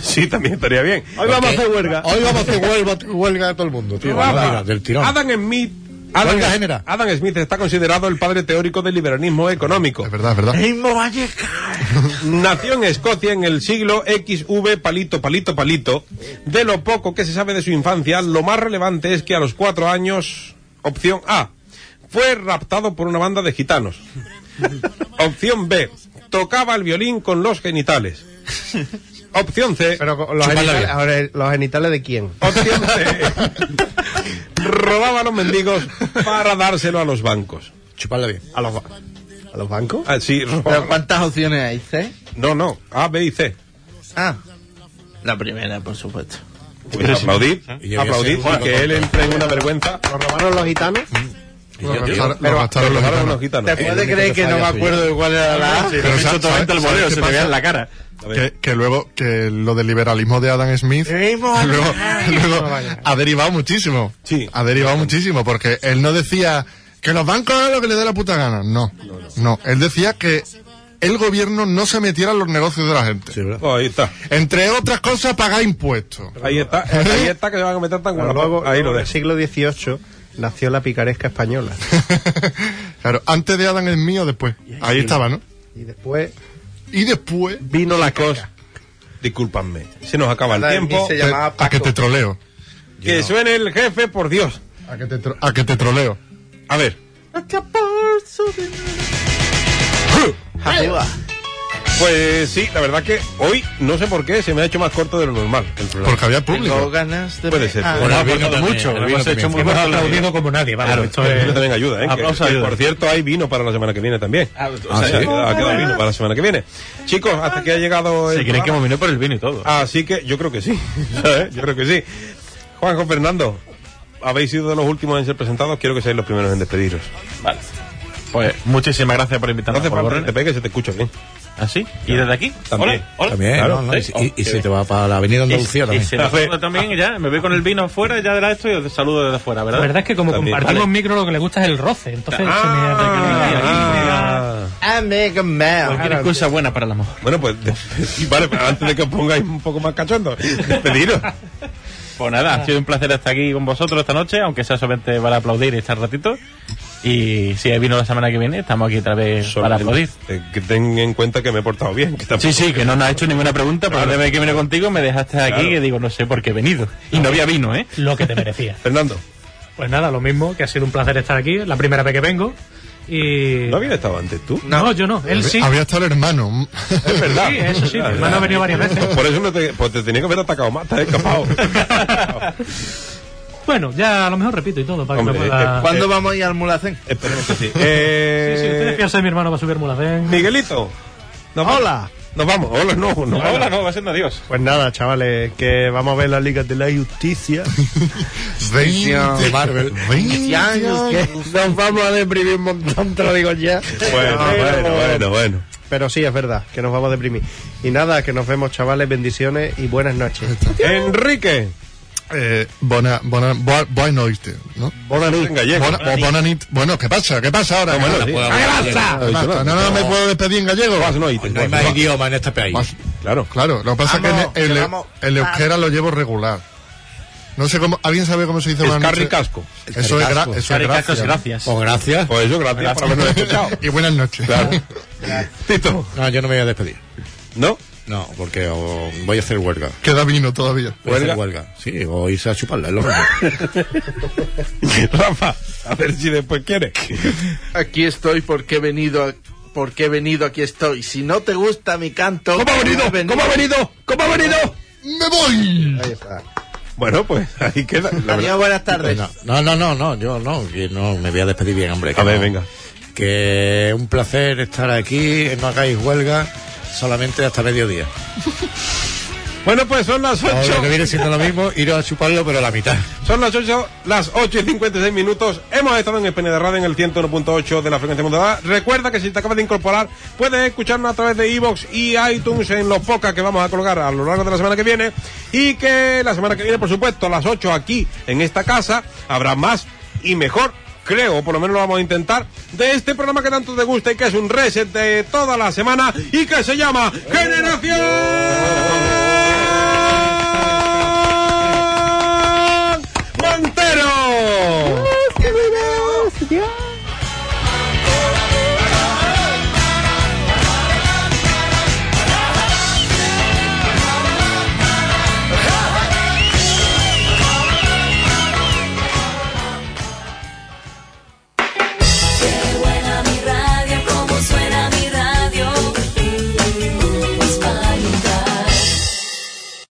S1: sí también estaría bien.
S7: Hoy vamos a hacer huelga.
S10: Oh.
S5: Hoy vamos a hacer huelga, huelga a todo el mundo, tío.
S1: Rafa,
S5: Mira, del tirón.
S1: Adam Smith.
S5: Huelga
S1: Adam,
S5: general.
S1: Adam Smith está considerado el padre teórico del liberalismo económico.
S4: Es verdad, es verdad.
S1: Nació en Escocia en el siglo XV, palito, palito, palito. De lo poco que se sabe de su infancia, lo más relevante es que a los cuatro años, opción A, fue raptado por una banda de gitanos. Opción B, tocaba el violín con los genitales. Opción C,
S7: Pero con los
S5: Chuparla
S7: genitales,
S5: bien.
S7: ahora, los genitales de quién?
S1: opción C, robaba a los mendigos para dárselo a los bancos.
S5: Chuparla bien.
S7: A los, ba- a los bancos.
S1: Ah, sí,
S8: ¿Pero
S1: robaba-
S8: cuántas opciones hay? ¿C?
S1: No, no, A, B y C.
S8: Ah, la primera, por supuesto.
S1: Pues aplaudid,
S5: Y yo voy a
S1: aplaudid,
S5: ser un
S1: y que él entre en una vergüenza.
S7: ¿Los robaron los gitanos?
S5: yo,
S4: Lo
S5: tío.
S4: gastaron- lo
S1: Pero-
S4: gastaron los
S1: pero ahora
S4: gitanos.
S1: unos gitanos.
S8: ¿Te puedes creer que no me acuerdo de cuál era la A?
S4: Pero sa- ¿sabes- ¿sabes qué pasa?
S10: cara.
S4: Que, que luego, que lo del liberalismo de Adam Smith, luego, luego ha derivado muchísimo.
S1: Sí.
S4: Ha derivado muchísimo, porque él no decía que los bancos hagan lo que le dé la puta gana. No, no. él decía que el gobierno no se metiera en los negocios de la gente.
S1: Oh, ahí está.
S4: Entre otras cosas, pagar impuestos.
S1: Ahí está, eh, ahí está que se van a meter tan guapo.
S7: Pero luego,
S1: ahí lo
S7: en el
S1: dejo.
S7: siglo XVIII nació la picaresca española.
S4: claro, antes de Adam Smith o después. Ahí estaba, ¿no?
S7: Y después
S4: Y después,
S7: vino la cosa.
S1: Disculpadme, se nos acaba el
S8: Adam
S1: tiempo.
S8: Smith se
S4: te-
S8: llamaba
S4: a que
S8: Paco.
S4: te troleo.
S1: Que suene el jefe, por Dios.
S4: A que te, tro- a que te troleo.
S1: A ver. Pues sí, la verdad que hoy no sé por qué se me ha hecho más corto de lo normal el programa.
S4: Porque había público.
S8: Tengo ganas de...
S1: Puede ser.
S8: Ah,
S5: Bueno,
S10: Hemos
S5: el vino
S10: aportado
S5: también,
S10: mucho,
S5: el
S10: hemos
S5: vino
S10: hecho
S5: también.
S10: muy
S6: Hemos
S10: mal.
S6: aplaudido como nadie, vamos, esto
S1: El
S6: es...
S1: vino también ayuda, ¿eh? Que-
S10: Aplauso
S1: que,
S10: ayuda.
S1: por cierto, hay vino para la semana que viene también.
S10: Ah,
S1: O sea,
S10: ¿sí?
S1: Ha quedado vino para la semana que viene. Chicos, hasta que ha llegado el
S10: Si quieren que
S1: programa.
S10: hemos venido por el vino y todo.
S1: Así que yo creo que Ah, sí. ¿sabes? yo creo que sí. Juanjo Fernando, habéis sido de los últimos en ser presentados. Quiero que seáis los primeros en despediros.
S10: Vale. Pues muchísimas gracias por
S1: No
S10: invitarnos.
S1: hace
S10: por
S1: falta que te
S10: favor.
S1: pegue, se te escucha bien.
S10: ¿Así? ¿Ah, ¿Y desde aquí?
S1: También.
S10: Hola, hola.
S5: También,
S10: Claro,
S5: ¿no? ¿no?
S10: sí.
S5: Y- y, se te va para la avenida
S10: Y-
S5: Andalucía
S10: y
S5: también.
S10: se me saluda también, ya. Me voy con el vino afuera, ya de la esto y os saludo desde afuera,
S6: La
S10: ¿verdad?
S6: verdad es que como
S1: También,
S6: compartimos
S1: vale.
S6: micro, lo que le gusta es el roce. Entonces
S10: Ah.
S6: se me
S1: Ah, ah.
S8: Amigo mío.
S10: Cualquier cosa buena para el amor.
S1: Bueno, pues de- vale, pero antes de que os pongáis un poco más cachondo, despediros.
S10: Pues nada, ha sido un placer estar aquí con vosotros esta noche, aunque sea solamente para aplaudir este ratito. Y si hay vino la semana que viene, estamos aquí otra vez para aplaudir.
S1: Eh, Que ten en cuenta que me he portado bien. que tampoco-
S10: Sí, sí, que no nos ha hecho ninguna pregunta, pero la vez que vine contigo me dejaste aquí
S1: Claro.
S10: que digo, no sé por qué he venido. Y no había vino, ¿eh?
S6: lo que te merecía.
S1: Fernando,
S6: Pues nada, lo mismo, que ha sido un placer estar aquí, la primera vez que vengo. Y...
S1: ¿No había estado antes tú?
S6: No, yo no, él sí.
S4: Había estado el hermano.
S1: Es verdad.
S6: Sí, eso sí, mi
S1: Es
S6: hermano ha venido varias veces.
S1: Por eso no te, pues te tenía que haber atacado más, te has escapado.
S6: Bueno, ya a lo mejor repito y todo para
S1: Hombre,
S6: que me pueda...
S1: eh, ¿cuándo Eh,
S8: vamos a ir al Mulacén?
S1: Esperemos que sí.
S6: Sí, sí, usted
S1: Eh,
S6: desfiarse de mi hermano va a subir Mulacén.
S1: Miguelito. nos vamos.
S7: Hola.
S1: Nos vamos. Hola, no. no,
S10: Hola, no, va siendo adiós.
S7: Pues nada, chavales, que vamos a ver la Liga de la Justicia.
S4: 20 de Marvel. 20 años.
S7: que nos vamos a deprimir un montón, te lo digo ya.
S1: Bueno, bueno, bueno, bueno.
S7: Pero sí, es verdad, que nos vamos a deprimir. Y nada, que nos vemos, chavales, bendiciones y buenas noches.
S1: Enrique.
S4: Eh, bona, bona, boa, boa noite, ¿no?
S7: Buenas
S1: En gallego.
S4: Bona, o bona nit. Bueno, ¿qué pasa? ¿Qué pasa ahora?
S1: No, bueno,
S4: ¿Qué
S1: sí.
S4: pasa?
S1: ¿Qué pasa?
S4: ¿Qué pasa? No, no, me puedo despedir en gallego.
S1: Vas, no, y te-
S5: No hay más
S1: vas.
S5: idioma en este país.
S4: Vas-
S1: Claro.
S4: Claro, lo que pasa
S8: Vamos,
S4: es que en el,
S8: que
S4: el-
S8: vamos.
S4: el euskera lo llevo regular. No sé cómo. ¿Alguien sabe cómo se dice buenas
S1: Escarri
S4: noches?
S1: Casco.
S4: Eso es, gra-
S5: Carricasco.
S4: eso es gracias.
S6: gracias.
S5: Pues gracias.
S1: Pues eso, gracias, por habernos escuchado.
S4: Y buenas noches.
S1: Claro. Tito.
S5: No, yo no me voy a despedir.
S1: ¿No?
S5: No, porque o, voy a hacer huelga.
S4: Queda vino todavía.
S5: Voy a hacer
S1: ¿Huelga?
S5: huelga. Sí, o irse a chuparla, es lo mismo.
S1: Rafa, a ver si después quiere.
S8: Aquí estoy porque he venido a- Porque he venido, aquí estoy. Si no te gusta mi canto...
S1: ¿Cómo ha venido?
S8: no has
S1: ¿Cómo ha venido? ¿Cómo ha venido?
S4: ¡Me voy!
S8: Ahí está.
S1: Bueno, pues ahí queda. La
S8: Adiós,
S1: verdad.
S8: buenas tardes.
S5: No, no, no, no, yo no, que no me voy a despedir bien, hombre. que
S1: A ver,
S5: no.
S1: venga.
S5: Que un placer estar aquí, no hagáis huelga, solamente hasta mediodía.
S1: Bueno, pues son las
S5: O lo
S1: 8.
S5: que viene siendo lo mismo, iros a chuparlo, pero a la mitad.
S1: Son las 8, las 8 y 56 minutos. Hemos estado en el Pene de Radio en el 101.8 de la frecuencia modulada. Recuerda que si te acabas de incorporar, puedes escucharnos a través de iVoox y iTunes en los podcasts que vamos a colgar a lo largo de la semana que viene. Y que la semana que viene, por supuesto, a las 8 aquí en esta casa habrá más y mejor. Creo, o por lo menos lo vamos a intentar, de este programa que tanto te gusta y que es un reset de toda la semana y que se llama Generación.